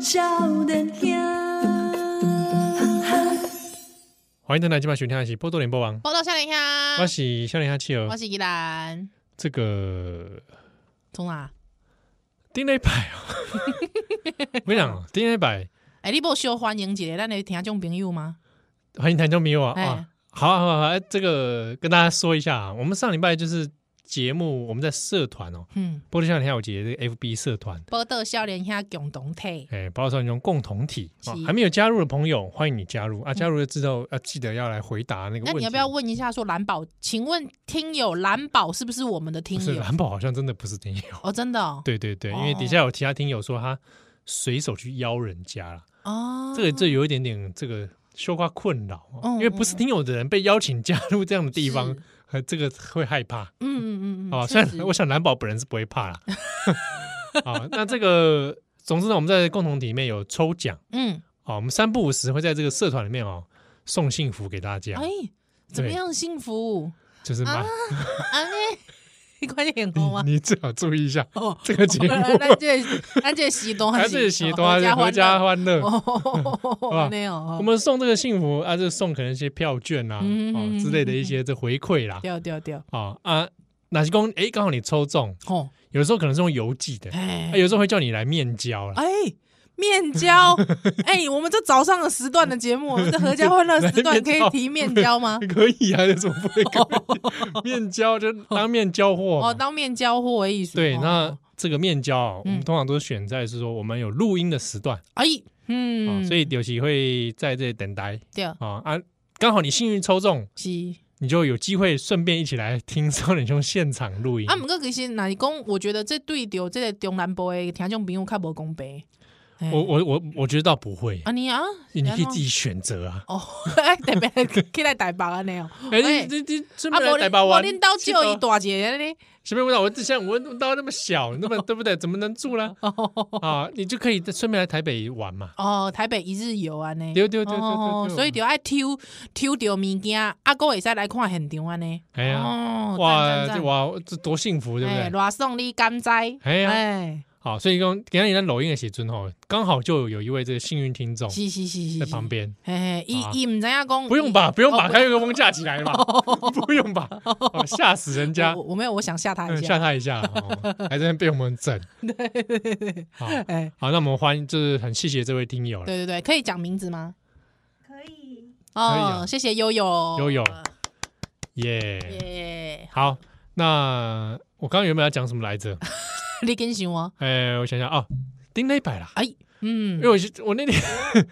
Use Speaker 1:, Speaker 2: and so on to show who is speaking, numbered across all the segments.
Speaker 1: 少年兄，
Speaker 2: 欢迎登来今晚收听的是《波多联播王》，
Speaker 3: 报道笑脸虾，
Speaker 2: 我是笑脸下企
Speaker 3: 啊我
Speaker 2: 鹅。
Speaker 3: 是依兰，
Speaker 2: 这个
Speaker 3: 从哪？
Speaker 2: 丁磊摆 啊，我跟你讲，哦丁磊摆，
Speaker 3: 哎、你不小欢迎姐，咱的听众朋友吗？
Speaker 2: 欢迎台中迷友啊！
Speaker 3: 哎
Speaker 2: 啊，好啊好啊好啊，这个跟大家说一下啊，我们上礼拜就是节目我们在社团哦，
Speaker 3: 嗯，
Speaker 2: 波多笑脸下有节这个 FB 社团，
Speaker 3: 报道笑脸虾共同体，
Speaker 2: 哎，包括少年共同体啊
Speaker 3: 是，嗯
Speaker 2: 还没有加入的朋友，欢迎你加入啊！加入了之后要记得要来回答那个问题。
Speaker 3: 那你要不要问一下说蓝宝？请问听友蓝宝是不是我们的
Speaker 2: 不
Speaker 3: 听
Speaker 2: 是
Speaker 3: 友？
Speaker 2: 蓝宝好像真的不是丁 友，
Speaker 3: 哦，真的哦，
Speaker 2: 对对对，因为底下有其他听友说他随手去邀人家了。
Speaker 3: 哦，
Speaker 2: 这个这有一点点这个羞花困扰哦，
Speaker 3: 嗯
Speaker 2: 因为不是听友的人被邀请加入这样的地方
Speaker 3: 是，
Speaker 2: 呃，这个会害怕
Speaker 3: 嗯嗯嗯嗯，
Speaker 2: 啊。虽
Speaker 3: 确
Speaker 2: 然
Speaker 3: 实
Speaker 2: 我想蓝宝本人是不会怕 啦。啊，那这个总之呢，我们在共同体里面有抽奖
Speaker 3: 嗯，
Speaker 2: 啊，我们三不五时会在这个社团里面哦送幸福给大家
Speaker 3: 哎，，怎么
Speaker 2: 对
Speaker 3: 样幸福？
Speaker 2: 就是嘛，
Speaker 3: 哎，你快 点
Speaker 2: 你
Speaker 3: 红吗？
Speaker 2: 你最好注意一下
Speaker 3: 哦
Speaker 2: 这个节 目，
Speaker 3: 咱这咱这喜哦东，
Speaker 2: 还是喜多还是合家欢乐。
Speaker 3: 哦，没有，
Speaker 2: 我们送这个幸福啊，就送可能一些票券啊，
Speaker 3: 嗯
Speaker 2: 哦之类的一些这回馈啦，
Speaker 3: 掉掉掉，
Speaker 2: 啊啊，哪些公哎，刚好你抽中，
Speaker 3: 哦，
Speaker 2: 有时候可能是用邮寄的，
Speaker 3: 哎
Speaker 2: 啊、有时候会叫你来面交啦，
Speaker 3: 哎，面交，哎，我们这早上的时段的节目，我们这合家欢乐时段可以提面 交吗？
Speaker 2: 可以啊，有什么不 会可以？面交就当面交货嘛。
Speaker 3: 哦，当面交货的意思。
Speaker 2: 对，
Speaker 3: 哦
Speaker 2: 那这个面交啊，我们
Speaker 3: 嗯
Speaker 2: 通常都是选在是说我们有录音的时段啊、
Speaker 3: 哎，嗯，
Speaker 2: 所以有时会在这里等待
Speaker 3: 对，
Speaker 2: 啊啊，刚好你幸运抽中，
Speaker 3: 是
Speaker 2: 你就有机会顺便一起来听少年兄现场录音
Speaker 3: 啊，。毋过其实若是讲，我觉得这对着这个中南部的听众朋友较无公平。哎
Speaker 2: 我我我我觉得倒不会，
Speaker 3: 啊你啊，
Speaker 2: 你可以自
Speaker 3: 是
Speaker 2: 己选择啊
Speaker 3: 安。怎哦， 哎特别去来台北安尼哦。
Speaker 2: 哎、
Speaker 3: 哎
Speaker 2: 你 你你顺
Speaker 3: 啊，
Speaker 2: 便来
Speaker 3: 无
Speaker 2: 台北玩，
Speaker 3: 无恁兜只有
Speaker 2: 去
Speaker 3: 一大姐咧，
Speaker 2: 随便问到我，这像我到那么小，那么对不对？怎么能住 呢？啊，你就可以顺便来台北玩嘛。
Speaker 3: 哦，台北一日游安尼。
Speaker 2: 对对对对
Speaker 3: 哦
Speaker 2: 对，对，
Speaker 3: 所以就爱抽抽着物件，啊，哥会使来看现场安尼。
Speaker 2: 哎呀，
Speaker 3: 哦，
Speaker 2: 哇，这
Speaker 3: 赞，
Speaker 2: 哇这多幸福，对不
Speaker 3: 哎，
Speaker 2: 对？
Speaker 3: 偌送你甘知？
Speaker 2: 哎呀
Speaker 3: 哎，
Speaker 2: 好，所以刚给你在抖音的写尊吼，刚好就有一位这个幸运听众
Speaker 3: 是是是是，
Speaker 2: 在
Speaker 3: 是
Speaker 2: 旁。边，
Speaker 3: 哎，伊
Speaker 2: 啊
Speaker 3: 伊毋知影讲，
Speaker 2: 不用吧，不用吧，
Speaker 3: 哦
Speaker 2: 他有个风架起来了嘛， 不用吧，哦吓死人家
Speaker 3: 我，我没有，我想吓他
Speaker 2: 嗯
Speaker 3: 一
Speaker 2: 吓
Speaker 3: 下。
Speaker 2: 他一下， 哦还在那边被我们整。好，
Speaker 3: 哎，
Speaker 2: 好，那我们欢迎，就是很谢谢这位听友了，
Speaker 3: 对对对，可以讲名字吗？
Speaker 1: 可以，
Speaker 2: 可以啊
Speaker 3: 哦，谢谢悠悠，呃
Speaker 2: 悠哎悠耶。
Speaker 3: 耶，
Speaker 2: 好，那我刚刚原本要讲什么来着？
Speaker 3: 你跟想哦，
Speaker 2: 哎，我想想啊，丁磊摆啦，
Speaker 3: 哎，嗯
Speaker 2: 因为，我是我那天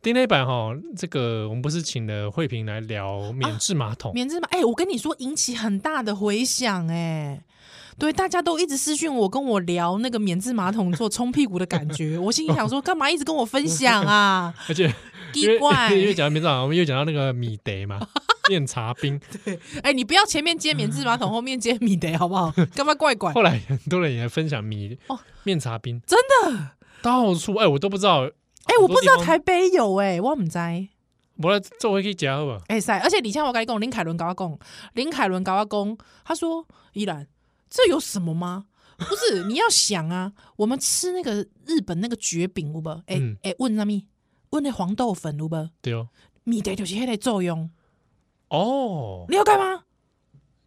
Speaker 2: 丁磊摆哈，这个我们不是请了慧萍来聊免治马桶，
Speaker 3: 啊免治马，哎，我跟你说，引起很大的回响，哎。对，大家都一直私讯我，跟我聊那个免治马桶做冲屁股的感觉。我心里想说，干嘛一直跟我分享啊？
Speaker 2: 而且 因
Speaker 3: 奇
Speaker 2: 为
Speaker 3: 怪，
Speaker 2: 因为讲到免治马桶，我们又讲到那个米德嘛，面茶 冰，
Speaker 3: 哎、你不要前面接免 治马桶，后面接米的好不好？干嘛怪怪？
Speaker 2: 后来很多人也分享米
Speaker 3: 哦
Speaker 2: 面茶冰，
Speaker 3: 真的？
Speaker 2: 到处哎，我都不知道，
Speaker 3: 哎、我不知
Speaker 2: 很多地
Speaker 3: 道
Speaker 2: 方
Speaker 3: 台北有哎、我唔知道。
Speaker 2: 我来做回去夹好不好？
Speaker 3: 哎、塞！而且李像我跟你讲，林凯伦搞阿公，林凯伦搞阿公，他说：“依然，这有什么吗？不是，你要想啊，我们吃那个日本那个绝饼，有不？哎、
Speaker 2: 嗯
Speaker 3: 哎、问什么？问那黄豆粉，有不？
Speaker 2: 对哦，
Speaker 3: 米的就是迄个作用，
Speaker 2: 哦，
Speaker 3: 你要干嘛？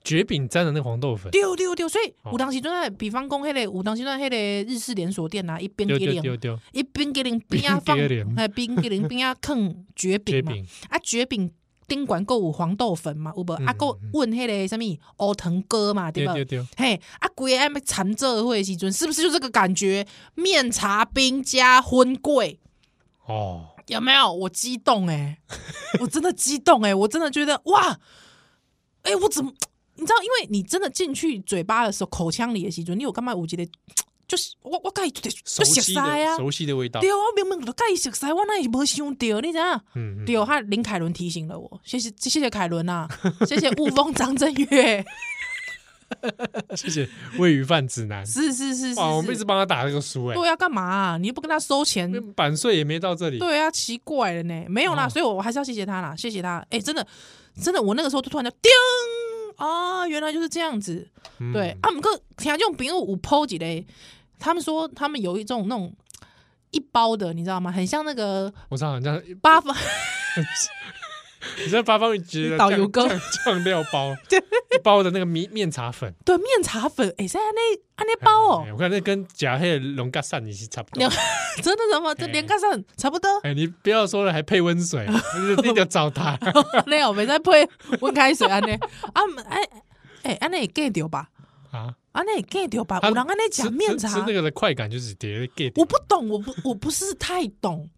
Speaker 2: 绝饼沾的那个黄豆粉，
Speaker 3: 丢丢丢！所以
Speaker 2: 哦
Speaker 3: 有当时阵在，比方讲迄个有当时阵迄个日式连锁店啊，一边
Speaker 2: 丢
Speaker 3: 给
Speaker 2: 丢
Speaker 3: 两
Speaker 2: 丢丢
Speaker 3: 伊冰激凌边啊放
Speaker 2: 冰激凌，
Speaker 3: 哎，冰激凌边啊放绝
Speaker 2: 绝
Speaker 3: 饼嘛，
Speaker 2: 饼，
Speaker 3: 啊绝饼顶管购有黄豆粉嘛，有无？
Speaker 2: 嗯
Speaker 3: 啊购问迄个什物乌藤哥嘛，对
Speaker 2: 丢
Speaker 3: 吧
Speaker 2: 丢？丢。
Speaker 3: 嘿，啊规个缠这会的时阵，是不是就这个感觉？面茶冰加荤桂，
Speaker 2: 哦，
Speaker 3: 有没有？我激动 哎、我真的激动哎、我真的觉得哇，哎、我怎么？你知道，因为你真的进去嘴巴的时候，口腔里的时阵，你有干嘛？有一个就是我我该就
Speaker 2: 熟
Speaker 3: 就
Speaker 2: 悉的、
Speaker 3: 熟啊，
Speaker 2: 熟悉的味道。
Speaker 3: 对啊，我明明就甲伊熟识，我哪会无想到，你知影？
Speaker 2: 嗯，嗯
Speaker 3: 对，哦他林凯伦提醒了我，谢谢谢谢凯伦啊， 谢谢雾峰张震岳，
Speaker 2: 谢谢喂鱼饭指南。
Speaker 3: 是是是是
Speaker 2: 哇，我们一
Speaker 3: 是，
Speaker 2: 直帮他打这个书哎、
Speaker 3: 对啊，干嘛啊？你又不跟他收钱？
Speaker 2: 版税也没到这里。
Speaker 3: 对啊，奇怪了呢，没有啦，
Speaker 2: 哦
Speaker 3: 所以我还是要谢谢他啦，谢谢他。哎，真的真的，我那个时候就突然就叮啊，原来就是这样子。
Speaker 2: 嗯
Speaker 3: 对，啊，毋过听众朋友有 PO 一个，他们说他们有一种那种。一包的，你知道吗？很像那个
Speaker 2: 我知道，你知道，
Speaker 3: 八方，
Speaker 2: 你知道八方云集的
Speaker 3: 导游
Speaker 2: 酱
Speaker 3: 哥
Speaker 2: 酱酱料 包，一包的那个面面茶粉，
Speaker 3: 对面茶粉，哎、欸，现在那按那包哦、
Speaker 2: 哎我看那跟假黑龙嘎扇你是差不多
Speaker 3: 两。 真的什么？这连盖上差不多，
Speaker 2: 哎，你不要说了，还配温 水，你就要找他。
Speaker 3: 那我没在配温开水安尼，啊哎哎安尼会 get 到吧？
Speaker 2: 啊，
Speaker 3: 安尼会 get 到吧？
Speaker 2: 他
Speaker 3: 有人安尼讲面
Speaker 2: 吃吃
Speaker 3: 茶
Speaker 2: 吃那，个的快感就是叠 get
Speaker 3: 我不懂，我不我不是太懂。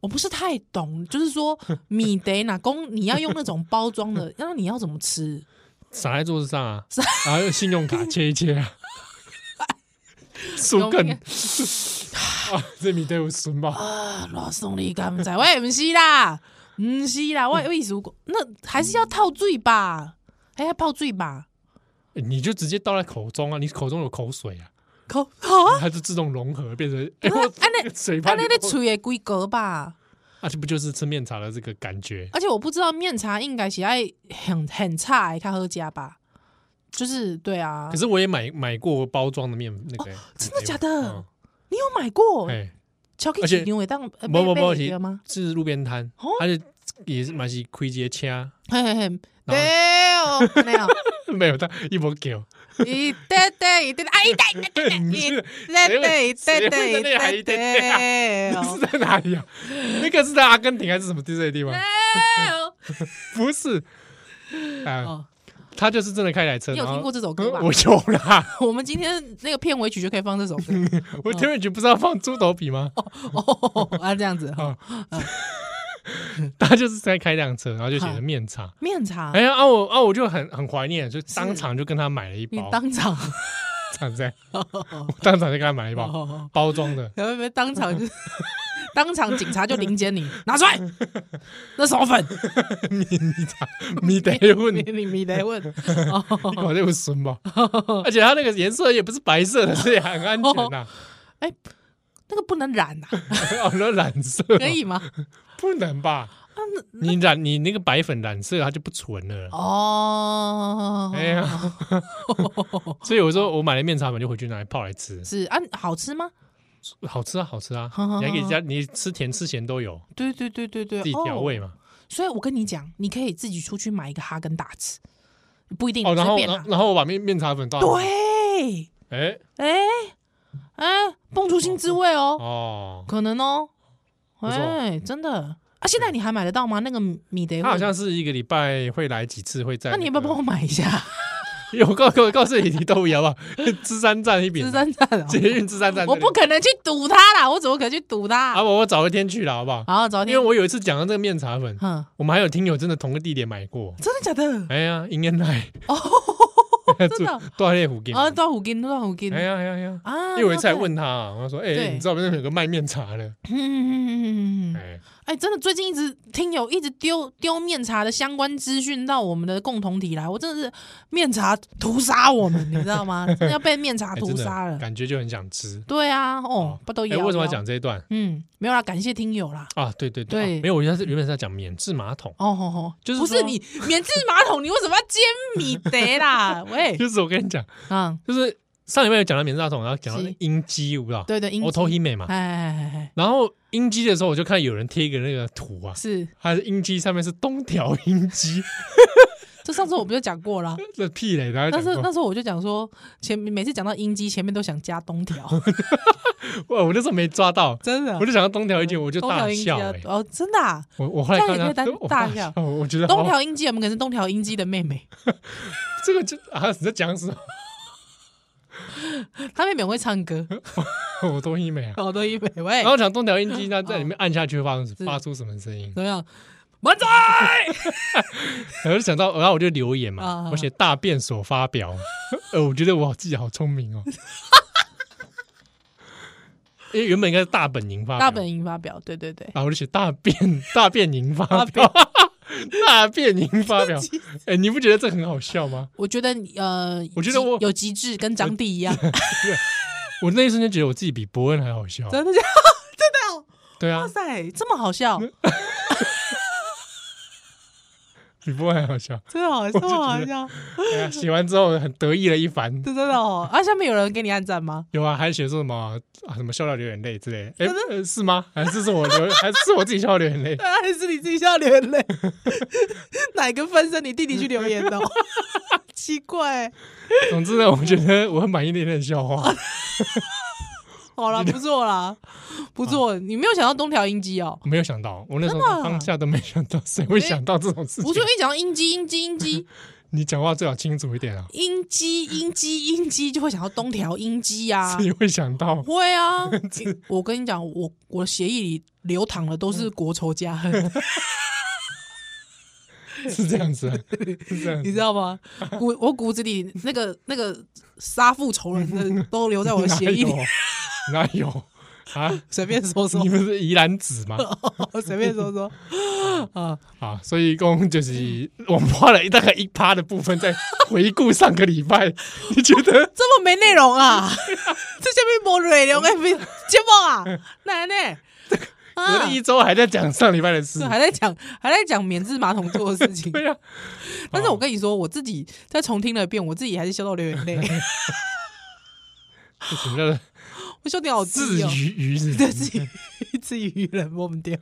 Speaker 3: 我不是太懂，就是说米得哪公你要用那种包装的， 然后你要怎么吃？
Speaker 2: 撒在桌子上啊，然后用信用卡切一切 啊，
Speaker 3: 有
Speaker 2: 树
Speaker 3: 那个
Speaker 2: 根 啊，这米对我孙帽，
Speaker 3: 啊，老送你干不知道喂，不是啦，不是啦，我意思讲，那还是要套醉吧，还要泡醉吧，
Speaker 2: 哎你就直接倒在口中啊，你口中有口水啊，
Speaker 3: 口啊，
Speaker 2: 它就自动融合变成哎
Speaker 3: 不是
Speaker 2: 我
Speaker 3: 啊那
Speaker 2: 嘴巴
Speaker 3: 啊
Speaker 2: 里
Speaker 3: 那那嘴的规格吧。
Speaker 2: 啊，这不就是吃面茶的这个感觉？
Speaker 3: 而且我不知道面茶应该是爱很很差的较好加吧，就是对啊。
Speaker 2: 可是我也买买过包装的面那个，
Speaker 3: 哦
Speaker 2: 哎
Speaker 3: 真的假的？你有买过
Speaker 2: 嗯？哎，
Speaker 3: 巧克
Speaker 2: 而且
Speaker 3: 力牛尾当呃
Speaker 2: 不不不，
Speaker 3: 被被那个
Speaker 2: 是
Speaker 3: 吗？
Speaker 2: 是路边摊
Speaker 3: 哦，
Speaker 2: 而且也是蛮是亏一个车，
Speaker 3: 嘿嘿嘿，对哦，那 样
Speaker 2: 没有他一波狗，
Speaker 3: 一对对一对对，啊一对对对
Speaker 2: 你
Speaker 3: 一
Speaker 2: 是
Speaker 3: 对一对
Speaker 2: 谁会谁会在那里喊
Speaker 3: 一对一
Speaker 2: 一
Speaker 3: 对
Speaker 2: 对
Speaker 3: 对
Speaker 2: 那是
Speaker 3: 哦
Speaker 2: 在哪里啊？那个是在阿根廷还是什么地这个地方？
Speaker 3: 对哦
Speaker 2: 不是，啊，
Speaker 3: 哦，
Speaker 2: 他就是真的开一台车。
Speaker 3: 你有
Speaker 2: 然后
Speaker 3: 听过这首歌吧
Speaker 2: 嗯？我有啦，
Speaker 3: 我们今天那个片尾曲就可以放这首 歌
Speaker 2: 我天文局不是要放猪头皮吗？
Speaker 3: 哦，啊这样子，
Speaker 2: 啊，他就是在开辆车，然后就写
Speaker 3: 好
Speaker 2: 着面茶。
Speaker 3: 面茶
Speaker 2: 哎，呀啊我啊我就很很怀念，就当场就跟他买了一
Speaker 3: 你
Speaker 2: 包，
Speaker 3: 当场，
Speaker 2: 当 这样， 我当场就给他买了一
Speaker 3: 哦
Speaker 2: 包
Speaker 3: 哦哦
Speaker 2: 包装 的，
Speaker 3: 然后被当 场就当场警察就临检你，拿出来，那什么粉？
Speaker 2: 米得问
Speaker 3: 你
Speaker 2: 你
Speaker 3: 你你来 问，哦，
Speaker 2: 搞这么损吧？ 而且它那个颜色也不是白色的，所以很安全呐。
Speaker 3: 那个不能染呐、啊，
Speaker 2: 哦，那染色
Speaker 3: 可以 啊吗？
Speaker 2: 不能吧？你染你那个白粉染色，它就不纯了。
Speaker 3: 哦，
Speaker 2: 哎呀，所以我说我买了面茶粉就回去拿来泡来吃，
Speaker 3: 是啊，好吃吗？
Speaker 2: 好吃啊，好吃啊
Speaker 3: 好好！
Speaker 2: 你还可以加，你吃甜吃咸都有，
Speaker 3: 对对对对对，
Speaker 2: 自己调味
Speaker 3: 哦。
Speaker 2: 嘛。
Speaker 3: 所以我跟你讲，你可以自己出去买一个哈根达斯，不一定
Speaker 2: 哦，然
Speaker 3: 随
Speaker 2: 后哦
Speaker 3: 便
Speaker 2: 然
Speaker 3: 啦
Speaker 2: 后。然后我把面面茶粉倒，，
Speaker 3: 对，
Speaker 2: 哎
Speaker 3: 哎哎，蹦出新滋味哦，
Speaker 2: 哦，
Speaker 3: 可能哦，
Speaker 2: 不错
Speaker 3: 哎，真的啊！现在你还买得到吗？那个米德，
Speaker 2: 它好像是一个礼拜会来几次，会在
Speaker 3: 那你要不要帮我
Speaker 2: 我？
Speaker 3: 买一下？
Speaker 2: 我 告我告诉你，你都要吧， 芝山站一边啊
Speaker 3: 是，山站哦
Speaker 2: 捷运芝山站这
Speaker 3: 我
Speaker 2: 里，
Speaker 3: 不可能去堵他啦，我怎么可能去堵他？
Speaker 2: 啊，我我找一天去了，好不好？
Speaker 3: 好，早
Speaker 2: 因
Speaker 3: 点，
Speaker 2: 为我有一次讲到这个面茶粉，
Speaker 3: 哼，
Speaker 2: 我们还有听友真的同个地点买过，
Speaker 3: 真的假的？
Speaker 2: 哎呀，应该 来
Speaker 3: 哦，真的
Speaker 2: 住大内湖给。
Speaker 3: 啊，到虎金，到虎金
Speaker 2: 哎呀哎呀哎呀！
Speaker 3: 啊！
Speaker 2: 因为我一次还问他啊，我说：“哎，
Speaker 3: 对
Speaker 2: 你知道那边有个卖面茶的
Speaker 3: 嗯，嗯嗯嗯嗯嗯，
Speaker 2: 哎，
Speaker 3: 哎，真的，最近一直听友一直丢丢面茶的相关资讯到我们的共同体来，我真的是面茶屠杀我们，你知 道吗？真的要被面茶
Speaker 2: 哎
Speaker 3: 屠
Speaker 2: 真的
Speaker 3: 杀了。
Speaker 2: 感觉就很想吃。
Speaker 3: 对啊，哦，不都一
Speaker 2: 哎，
Speaker 3: 样？
Speaker 2: 为什么要？讲这一段
Speaker 3: 嗯，没有啦，感谢听友啦。
Speaker 2: 啊？对对
Speaker 3: 对
Speaker 2: 啊没有，我原来是原本是在讲免治马桶，
Speaker 3: 哦吼吼，
Speaker 2: 就是
Speaker 3: 不是
Speaker 2: 说
Speaker 3: 你免治马桶，你为什么要煎米 德啦？喂，
Speaker 2: 就是我跟你讲，
Speaker 3: 嗯，
Speaker 2: 就是上礼拜有讲到免治马桶，然后讲到
Speaker 3: 是
Speaker 2: 英基，我不知道，
Speaker 3: 对对，英
Speaker 2: 我偷一美嘛
Speaker 3: 哎。哎哎哎，
Speaker 2: 然后英基的时候，我就看有人贴一个那个图啊，
Speaker 3: 是，
Speaker 2: 它的英基上面是东条英机，
Speaker 3: 这上次我不就讲过了？
Speaker 2: 这屁嘞！然后
Speaker 3: 但
Speaker 2: 讲
Speaker 3: 是
Speaker 2: 过
Speaker 3: 那时候我就讲说，前每次讲到英基，前面都想加东条，
Speaker 2: 哇，我那时候没抓到，
Speaker 3: 真的
Speaker 2: 我，就想到东条英机，我就
Speaker 3: 东
Speaker 2: 大
Speaker 3: 条英机
Speaker 2: 笑
Speaker 3: 啊
Speaker 2: 哎、
Speaker 3: 哦，真 的啊，
Speaker 2: 我我后来
Speaker 3: 这样也
Speaker 2: 看
Speaker 3: 可
Speaker 2: 到
Speaker 3: 以当
Speaker 2: 我
Speaker 3: 大
Speaker 2: 大
Speaker 3: 笑
Speaker 2: 笑，我觉得
Speaker 3: 东
Speaker 2: 好
Speaker 3: 条英机，啊我们可能是东条英机的妹妹，
Speaker 2: 这个就啊你在讲什么？
Speaker 3: 她妹妹很会唱歌，
Speaker 2: 我东一美啊，
Speaker 3: 好多一妹喂
Speaker 2: 然，后讲东条英机，那在里
Speaker 3: 嗯
Speaker 2: 面按下去会发生发出什么声音？
Speaker 3: 怎么样？满载，
Speaker 2: 然后就想到，然后我就留言
Speaker 3: 啊
Speaker 2: 嘛，我写大便所发表，呃，我觉得我自己好聪明哦。 因为原本应该是大本营发表，
Speaker 3: 大本营发表，对对对，
Speaker 2: 然后我就写大便大便营发表，大便营发表。哎、你不觉得这很好笑吗？
Speaker 3: 我觉得你呃，
Speaker 2: 我觉得
Speaker 3: 极
Speaker 2: 我
Speaker 3: 有极致，跟张帝 一样，
Speaker 2: 我那一瞬间觉得我自己比伯恩还好笑。
Speaker 3: 真的 假？
Speaker 2: 对
Speaker 3: 哇
Speaker 2: 啊，
Speaker 3: 塞，这么好笑，
Speaker 2: 你不会很好笑。
Speaker 3: 真的好
Speaker 2: 就觉
Speaker 3: 笑，
Speaker 2: 得
Speaker 3: 好笑，
Speaker 2: 哎呀，写完之后很得意了一番。
Speaker 3: 这真的哦。啊，下面有人给你按赞 吗？
Speaker 2: 有啊，还写说什么啊，什么笑到流眼泪之类的。哎、呃是吗？还是是我流，还是我自己笑到流眼泪？
Speaker 3: 啊，还是你自己笑流眼泪？ 哪个分身你弟弟去留言的哦？ 奇怪、
Speaker 2: 总之呢，我觉得我很满意那天的笑 话。
Speaker 3: 好啦，不 错啦，不错。你没有想到东条英机哦？
Speaker 2: 我没有想到，我那时候
Speaker 3: 真的啊
Speaker 2: 当下都没想到，谁会想到这种事情
Speaker 3: 我？就一讲到英机，英机，英 机，
Speaker 2: 你讲话最好清楚一点啊，
Speaker 3: 英机，英机，英机，就会想到东条英 机呀、啊。
Speaker 2: 谁会想到？
Speaker 3: 会啊， 我跟你讲，我我的协议里流淌的都是
Speaker 2: 嗯
Speaker 3: 国仇家恨，
Speaker 2: 是这样子、啊，是这样
Speaker 3: 你
Speaker 2: 子。
Speaker 3: 知道吗？骨我骨子里那个那个杀父仇人的都留在 我的协议里，
Speaker 2: 哪有？哪有啊？
Speaker 3: 随便说说
Speaker 2: 你，不是宜兰子 吗？
Speaker 3: 随便 说说啊。
Speaker 2: 啊，所以一共就是我们花了大概一趴的部分在回顾上个礼 拜，你觉得
Speaker 3: 这么没内 容啊？这下面没内容哎，没节目啊，奶奶
Speaker 2: 隔
Speaker 3: 啊
Speaker 2: 了，一周还在讲上礼拜的事
Speaker 3: 是？还在讲还在讲免治马桶座的事 情。
Speaker 2: 对呀、啊
Speaker 3: 但是我跟你说，我自己再重听了一遍，我自己还是笑到流眼 泪，
Speaker 2: 啊，这什么叫做
Speaker 3: 我笑点好
Speaker 2: 自
Speaker 3: 低哦。
Speaker 2: 娱娱是
Speaker 3: 对自己 自己愚人忘不掉，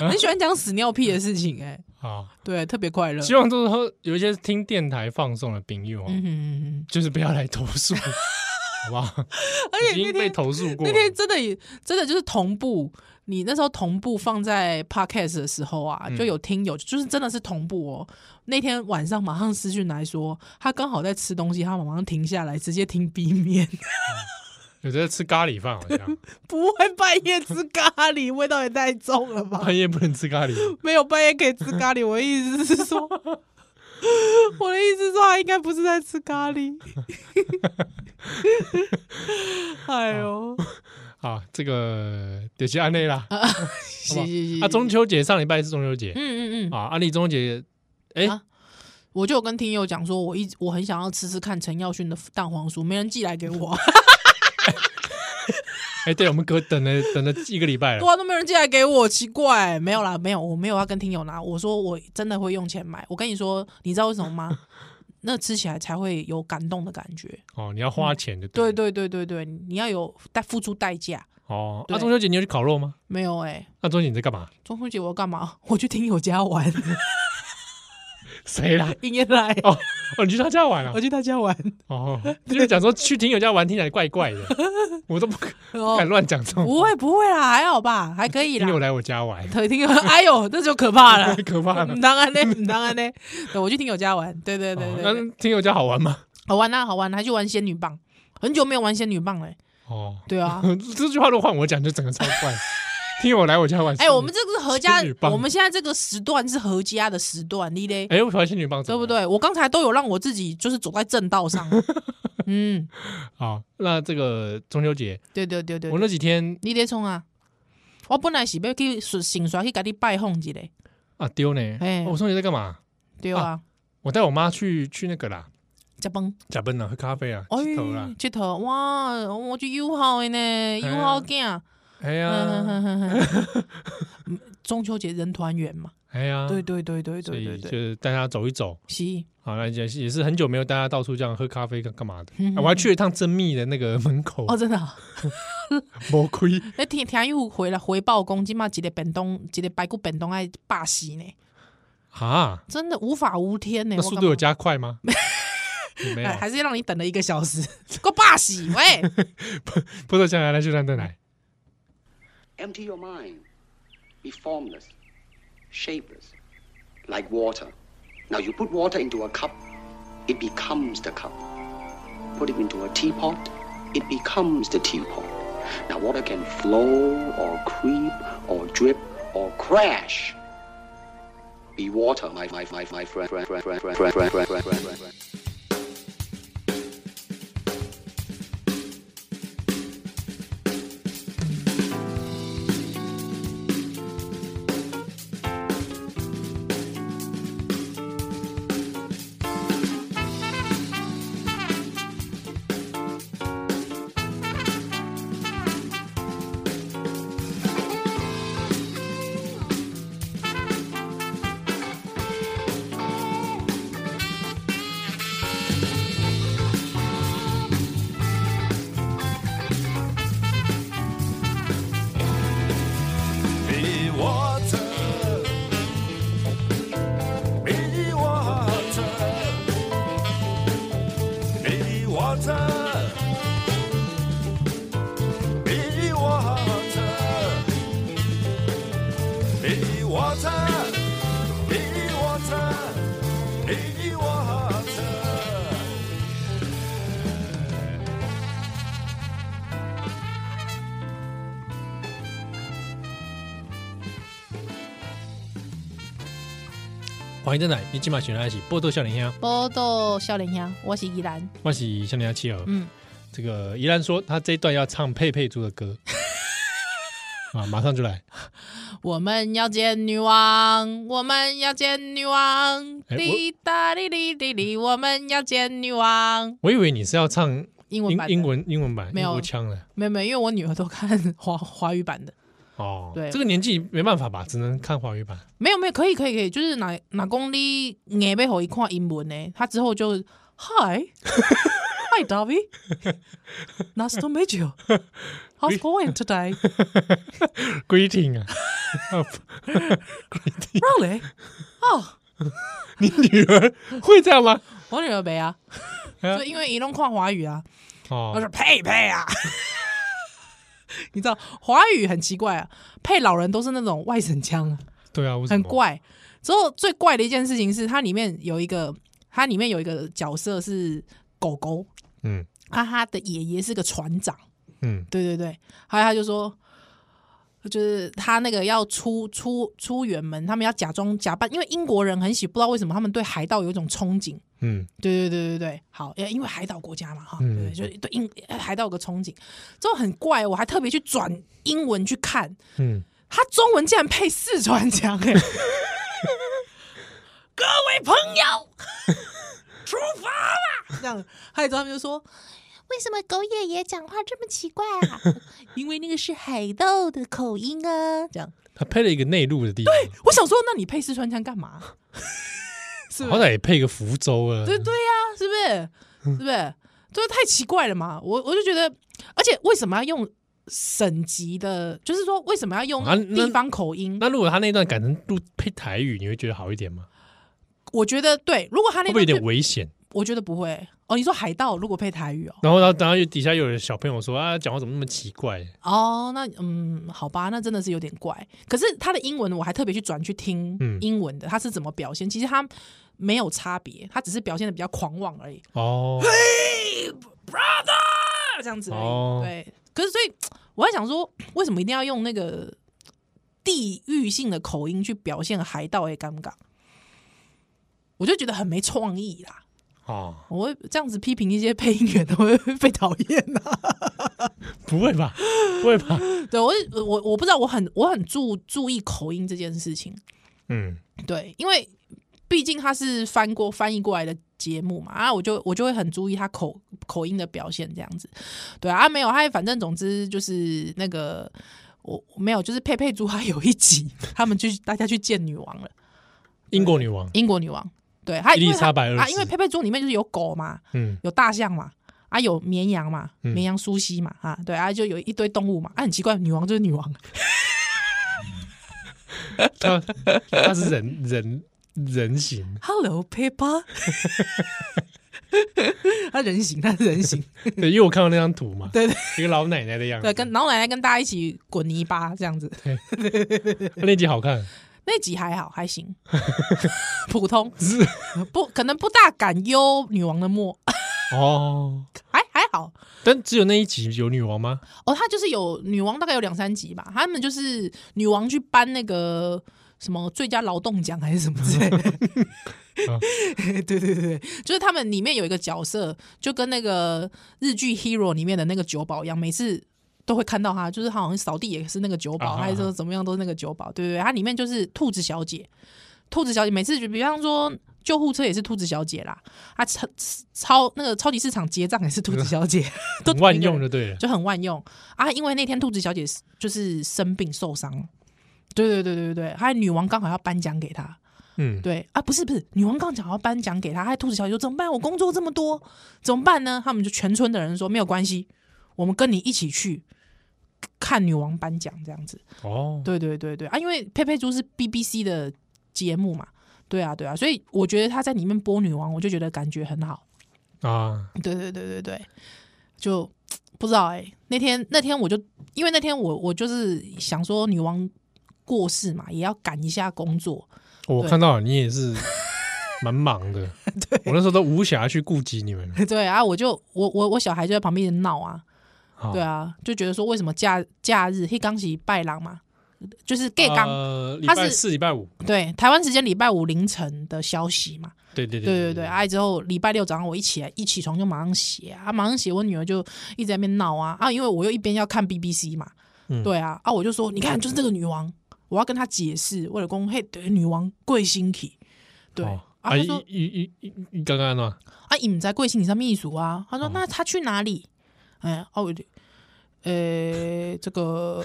Speaker 3: 很喜欢讲屎尿屁的事情哎、
Speaker 2: 啊。
Speaker 3: 对，特别快乐。
Speaker 2: 希望就是说有一些听电台放送的朋友啊，
Speaker 3: 嗯哼嗯哼。
Speaker 2: 就是不要来投诉，好不好？
Speaker 3: 而且
Speaker 2: 已
Speaker 3: 那
Speaker 2: 经被
Speaker 3: 天
Speaker 2: 投诉过
Speaker 3: 那
Speaker 2: 了，
Speaker 3: 天真的也真的就是同步，你那时候同步放在 podcast 的时候啊，
Speaker 2: 嗯
Speaker 3: 就有听友就是真的是同步哦。那天晚上马上私讯来说，他刚好在吃东西，他马上停下来直接听 B 面，
Speaker 2: 有的吃咖喱饭好像，
Speaker 3: 不会半夜吃咖喱，味道也太重了吧？
Speaker 2: 半夜不能吃咖喱，
Speaker 3: 没有半夜可以吃咖喱，我的意思是说， 我的意思是说他应该不是在吃咖喱。 哎呦，
Speaker 2: 啊，这个就是安内啦。
Speaker 3: 啊 是是是
Speaker 2: 啊，中秋节上礼拜是中秋节
Speaker 3: 嗯嗯嗯。
Speaker 2: 啊，安利中秋节，哎
Speaker 3: 啊我就有跟听友讲说，我一直我很想要吃吃看陈耀迅的蛋黄酥，没人寄来 给我，
Speaker 2: 哎，对我们隔等了等了一个礼拜
Speaker 3: 对
Speaker 2: 了，
Speaker 3: 啊，都没有人寄来给我，奇怪、没有啦，没有，我没有要跟听友拿，我说我真的会用钱买，我跟你说，你知道为什么吗？那吃起来才会有感动的感觉。
Speaker 2: 哦，你要花钱的，
Speaker 3: 对对对对对，你要有代付出代价。
Speaker 2: 哦，
Speaker 3: 对
Speaker 2: 那中秋节你有去烤肉吗？
Speaker 3: 没有哎、
Speaker 2: 那中秋节你在干嘛？
Speaker 3: 中秋节我要干嘛？ 我去听友家玩，
Speaker 2: 谁啦？
Speaker 3: 应该来，
Speaker 2: 哦哦，你去他家玩了
Speaker 3: 我？去他家 玩，
Speaker 2: 哦，因为讲说去听友家玩听起来怪 怪的，我都不敢不
Speaker 3: 哦
Speaker 2: 敢，乱讲这种。
Speaker 3: 不会不会啦，还好吧，还可以
Speaker 2: 听友
Speaker 3: 啦。
Speaker 2: 来我家玩，
Speaker 3: 对，听友，哎呦，那就可怕了
Speaker 2: 太。 可怕了
Speaker 3: 唔。当然呢，唔当然呢，对我去听友家玩，对嗯对对
Speaker 2: 哦
Speaker 3: 对对
Speaker 2: 那听友家好玩吗？
Speaker 3: 好玩啊，好玩啊，还去玩仙女棒，很久没有玩仙女棒嘞，
Speaker 2: 哦，，
Speaker 3: 对啊
Speaker 2: 这句话如果换我讲，就整个超怪。 听友来我家玩，
Speaker 3: 哎，我们这个是合家
Speaker 2: 仙女，棒
Speaker 3: 我们现在这个时段是合家的时段，你嘞，
Speaker 2: 哎，我喜欢仙女棒，
Speaker 3: 对不？对？我刚才都有让我自己就是走在正 道上，嗯，
Speaker 2: 好，那这个中秋节，
Speaker 3: 对对对对
Speaker 2: 我，那几天
Speaker 3: 你咧冲啊？我本来是要去顺顺耍去甲你拜访一下，
Speaker 2: 啊丢呢，
Speaker 3: 哎
Speaker 2: 哦我中秋节在干嘛？
Speaker 3: 对啊，
Speaker 2: 我带我妈去去那个啦，
Speaker 3: 食饭，
Speaker 2: 假奔啦，喝咖啡啊，
Speaker 3: 哎
Speaker 2: 洗头啦，，
Speaker 3: 佚佗，哇，我去友好的呢，友好囝。
Speaker 2: 哎呀，
Speaker 3: 嗯 中秋节人团圆嘛，
Speaker 2: 哎呀，
Speaker 3: 对对对对
Speaker 2: 所
Speaker 3: 对
Speaker 2: 以
Speaker 3: 对
Speaker 2: 就
Speaker 3: 对，
Speaker 2: 是带她走一走。
Speaker 3: 是，
Speaker 2: 好，那也是也是很久没有大家到处这样喝咖啡干干嘛的、
Speaker 3: 嗯
Speaker 2: 啊我还去了一趟珍蜜的那个门口，
Speaker 3: 哦，真的啊，
Speaker 2: 魔亏
Speaker 3: 那听听友回来回报讲，今嘛一个便当，一个排骨便当爱霸死呢，
Speaker 2: 啊！
Speaker 3: 真的无法无天呢。
Speaker 2: 那
Speaker 3: 哎我
Speaker 2: 速
Speaker 3: 干
Speaker 2: 度有
Speaker 3: 嘛
Speaker 2: 加啊快 吗？也没有
Speaker 3: 哎，还是让你等了一个小时， 够霸死喂！
Speaker 2: 不是，将来来就让再来。
Speaker 4: Empty your mind. Be formless, shapeless, like water. Now you put water into a cup, it becomes the cup. Put it into a teapot, it becomes the teapot. Now water can flow or creep or drip or crash. Be water, my my my my friend, friend, friend, friend, friend, friend, friend, friend, friend, friend, friend, friend.
Speaker 5: 「 water, Iggy water, Iggy water.
Speaker 2: 欢迎在哪？你今晚选在一起，波多笑脸香，
Speaker 3: 波豆笑脸香，我是依兰，
Speaker 2: 欢喜笑脸香妻儿。
Speaker 3: 嗯，
Speaker 2: 这个怡然说他这一段要唱佩佩猪的歌 啊，马上就来。
Speaker 3: 我们要见女王，我们要见女王，
Speaker 2: 哎我
Speaker 3: 滴答滴滴滴滴，我们要见女王。
Speaker 2: 我以为你是要唱
Speaker 3: 英文
Speaker 2: 英
Speaker 3: 版的
Speaker 2: 英，文英文版
Speaker 3: 没有
Speaker 2: 英国腔的
Speaker 3: 没有没有，因为我女儿都看华华语版的，
Speaker 2: 哦。
Speaker 3: 对
Speaker 2: 这个年纪没办法吧，只能看华语版。
Speaker 3: 没有没有，可以可以可以，就是哪哪公你硬被吼一看英文呢，她之后就 Hi Hi David Nice to meet you How's going today
Speaker 2: Greeting 啊，
Speaker 3: Really 哦，
Speaker 2: 你女儿会这样吗？
Speaker 3: 我女儿没 啊，
Speaker 2: 啊
Speaker 3: 就因为一弄看华语啊，我
Speaker 2: 哦
Speaker 3: 说佩佩啊， 你知道华语很奇怪啊，配老人都是那种外省腔啊，
Speaker 2: 对啊，为什
Speaker 3: 很
Speaker 2: 么。
Speaker 3: 怪。之后最怪的一件事情是，它里面有一个，它里面有一个角色是狗狗，
Speaker 2: 嗯
Speaker 3: 啊，他的爷爷是个船长，
Speaker 2: 嗯
Speaker 3: 对对对，还有他就说。就是他那个要出出出远门，他们要假装假扮，因为英国人很喜，不知道为什么他们对海盗有一种憧憬，
Speaker 2: 嗯
Speaker 3: 对对对对对，好，呃因为海岛国家嘛，哈，
Speaker 2: 嗯
Speaker 3: 对，就对英呃海岛有个憧憬，之后很怪，我还特别去转英文去看，
Speaker 2: 嗯，
Speaker 3: 他中文竟然配四川腔、哎，各位朋友，出发啦！这样，还有之后他们就说，
Speaker 6: 为什么狗爷爷讲话这么奇怪 啊？因为那个是海盗的口音啊。
Speaker 3: 这样，
Speaker 2: 他配了一个内陆的地方，
Speaker 3: 我想说，那你配四川腔干嘛？是不
Speaker 2: 好
Speaker 3: 是？
Speaker 2: 歹也配个福州啊。
Speaker 3: 对对呀、是不是？
Speaker 2: 嗯
Speaker 3: 是不是？就是太奇怪了嘛！我我就觉得，而且为什么要用省级的？就是说，为什么要用
Speaker 2: 啊那
Speaker 3: 地方口音？
Speaker 2: 那如果他那段改成录配台语，你会觉得好一点吗？
Speaker 3: 我觉得对，如果他
Speaker 2: 会
Speaker 3: 那
Speaker 2: 不会有
Speaker 3: 个
Speaker 2: 点危险？
Speaker 3: 我觉得不会哦。你说海盗如果配台语哦，
Speaker 2: 然后，然后，然后底下又有小朋友说啊，讲话怎么那么奇怪？
Speaker 3: 哦，那嗯，好吧，那真的是有点怪。可是他的英文我还特别去转去听
Speaker 2: 嗯
Speaker 3: 英文的，他是怎么表现？其实他没有差别，他只是表现的比较狂妄而已。
Speaker 2: 哦，
Speaker 3: brother 这样子而已。
Speaker 2: 哦
Speaker 3: 对，可是所以我在想说，为什么一定要用那个地域性的口音去表现海盗的尴尬？我就觉得很没创意啦。
Speaker 2: 哦，
Speaker 3: 我会这样子批评一些配音员，都会被讨厌呐。
Speaker 2: 不会吧？不会吧？
Speaker 3: 对我是，我我不知道，我很我很注注意口音这件事情。
Speaker 2: 嗯，
Speaker 3: 对，因为毕竟它是翻过翻译过来的节目嘛，啊，我就我就会很注意他口口音的表现这样子。对啊，啊没有，他反正总之就是那个我没有，就是佩佩猪他有一集他们去大家去见女王了，
Speaker 2: 英国女王，
Speaker 3: 英国女王。对，他
Speaker 2: 伊丽
Speaker 3: 因为他
Speaker 2: 莎白二世
Speaker 3: 啊，因为佩佩猪里面就是有狗嘛，
Speaker 2: 嗯
Speaker 3: 有大象嘛。啊，有绵羊嘛，
Speaker 2: 嗯
Speaker 3: 绵羊苏西嘛，啊，对啊，就有一堆动物嘛，啊，很奇怪，女王就是女王，
Speaker 2: 她她是人人人形，
Speaker 3: Hello, Peppa 。他人形，他是人形，
Speaker 2: 对，因为我看到那张图嘛，
Speaker 3: 对对
Speaker 2: 一个老奶奶的样子，
Speaker 3: 对，跟老奶奶跟大家一起滚泥巴这样子。
Speaker 2: 那集好看，
Speaker 3: 那集还好，还行，普通，不可能不大敢忧女王的墨，啊
Speaker 2: 哦，
Speaker 3: 还还好。
Speaker 2: 但只有那一集有女王吗？
Speaker 3: 哦，他就是有女王，大概有两三集吧。他们就是女王去颁那个什么最佳劳动奖还是什么之 类的。
Speaker 2: 啊
Speaker 3: 对对对，就是他们里面有一个角色，就跟那个日剧《Hero》里面的那个九保一样，每次都会看到他，就是他好像扫地也是那个九
Speaker 2: 啊
Speaker 3: 保，
Speaker 2: 哈
Speaker 3: 还是说怎么样都是那个九保。对对对，它里面就是兔子小姐，兔子小姐每次就比方说。救护车也是兔子小姐啦，啊超超那个超级市场结账也是兔子 小姐，都
Speaker 2: 很
Speaker 3: 同
Speaker 2: 万
Speaker 3: 一个人
Speaker 2: 用就对了，
Speaker 3: 就很万用啊。因为那天兔子小姐是就是生病受伤了，对对对对对，还有女王刚好要颁奖给她，
Speaker 2: 嗯，
Speaker 3: 对啊，不是不是，女王刚好要颁奖给她，还有兔子小姐说怎么办？我工作这么多，怎么办呢？他们就全村的人说没有关系，我们跟你一起去看女王颁奖这样子。
Speaker 2: 哦，
Speaker 3: 对对对对啊，因为佩佩猪是 BBC 的节目嘛。对啊，对啊，所以我觉得她在里面播女王，我就觉得感觉很好。
Speaker 2: 啊，
Speaker 3: 对对对对对，就不知道哎、那天那天我就因为那天我我就是想说女王过世嘛，也要赶一下工作。
Speaker 2: 我看到你也是蛮忙 的，我那时候都无暇去顾及你们。
Speaker 3: 对啊，我就我我我小孩就在旁边闹啊，
Speaker 2: 好
Speaker 3: 对啊，就觉得说为什么假假日黑刚起拜郎嘛，就是 gay 刚、
Speaker 2: 呃，礼
Speaker 3: 他
Speaker 2: 拜
Speaker 3: 是
Speaker 2: 四、礼拜五，
Speaker 3: 对台湾时间礼拜五凌晨的消息嘛，
Speaker 2: 对对
Speaker 3: 对对对，哎、之后礼拜六早上我一起来，一起床就马上写啊，马上写，我女儿就一直在那边闹啊啊，因为我又一边要看 BBC 嘛，
Speaker 2: 嗯
Speaker 3: 对啊啊，我就说你看就是这个女王，我要跟她解释，我老公嘿，对女王贵星体，对、
Speaker 2: 哦
Speaker 3: 啊，
Speaker 2: 啊，
Speaker 3: 她
Speaker 2: 一
Speaker 3: 说
Speaker 2: 一一一一哦刚刚呢，
Speaker 3: 啊，你们在贵星体上秘书啊，她说、那她去哪里？哎，哦、啊，我就呃， 这个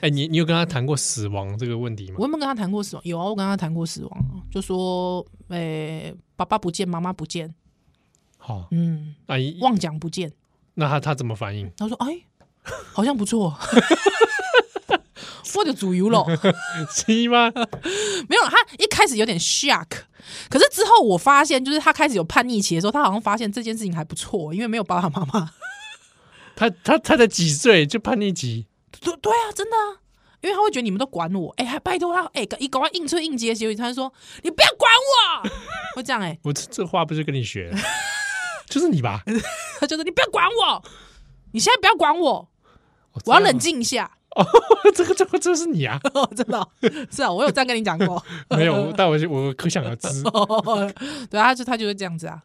Speaker 2: 哎，你你有跟他谈过死亡这个问题吗
Speaker 3: 我？有没有跟她谈过死亡？有啊，我跟她谈过死亡，就说呃，爸爸不见，妈妈不见，
Speaker 2: 好，
Speaker 3: 嗯，
Speaker 2: 阿姨，
Speaker 3: 妄讲不见。
Speaker 2: 那他他怎么反应？
Speaker 3: 他说：“哎，好像不错。” 我的主游了，
Speaker 2: 是吗？
Speaker 3: 没有啦他一开始有点 shock，可是之后我发现，就是他开始有叛逆期的时候，他好像发现这件事情还不错，因为没有爸爸妈妈。
Speaker 2: 他他他才几岁就叛逆期？
Speaker 3: 对对啊，真的啊，因为他会觉得你们都管我，哎、还拜托他，哎、一赶快应出应接，结果他就说你不要管我， 会这样哎、
Speaker 2: 我这这话不是跟你学的， 就是你 吧？
Speaker 3: 他就说你不要管我，你现在不要管我，
Speaker 2: 哦
Speaker 3: 我要冷。静一下。
Speaker 2: 这样吗哦， 这个这个这是你啊？
Speaker 3: 真的哦、是啊，我有这样跟你讲过，
Speaker 2: 没有，但我我可想而知。
Speaker 3: 对啊，他就他就会这样子啊。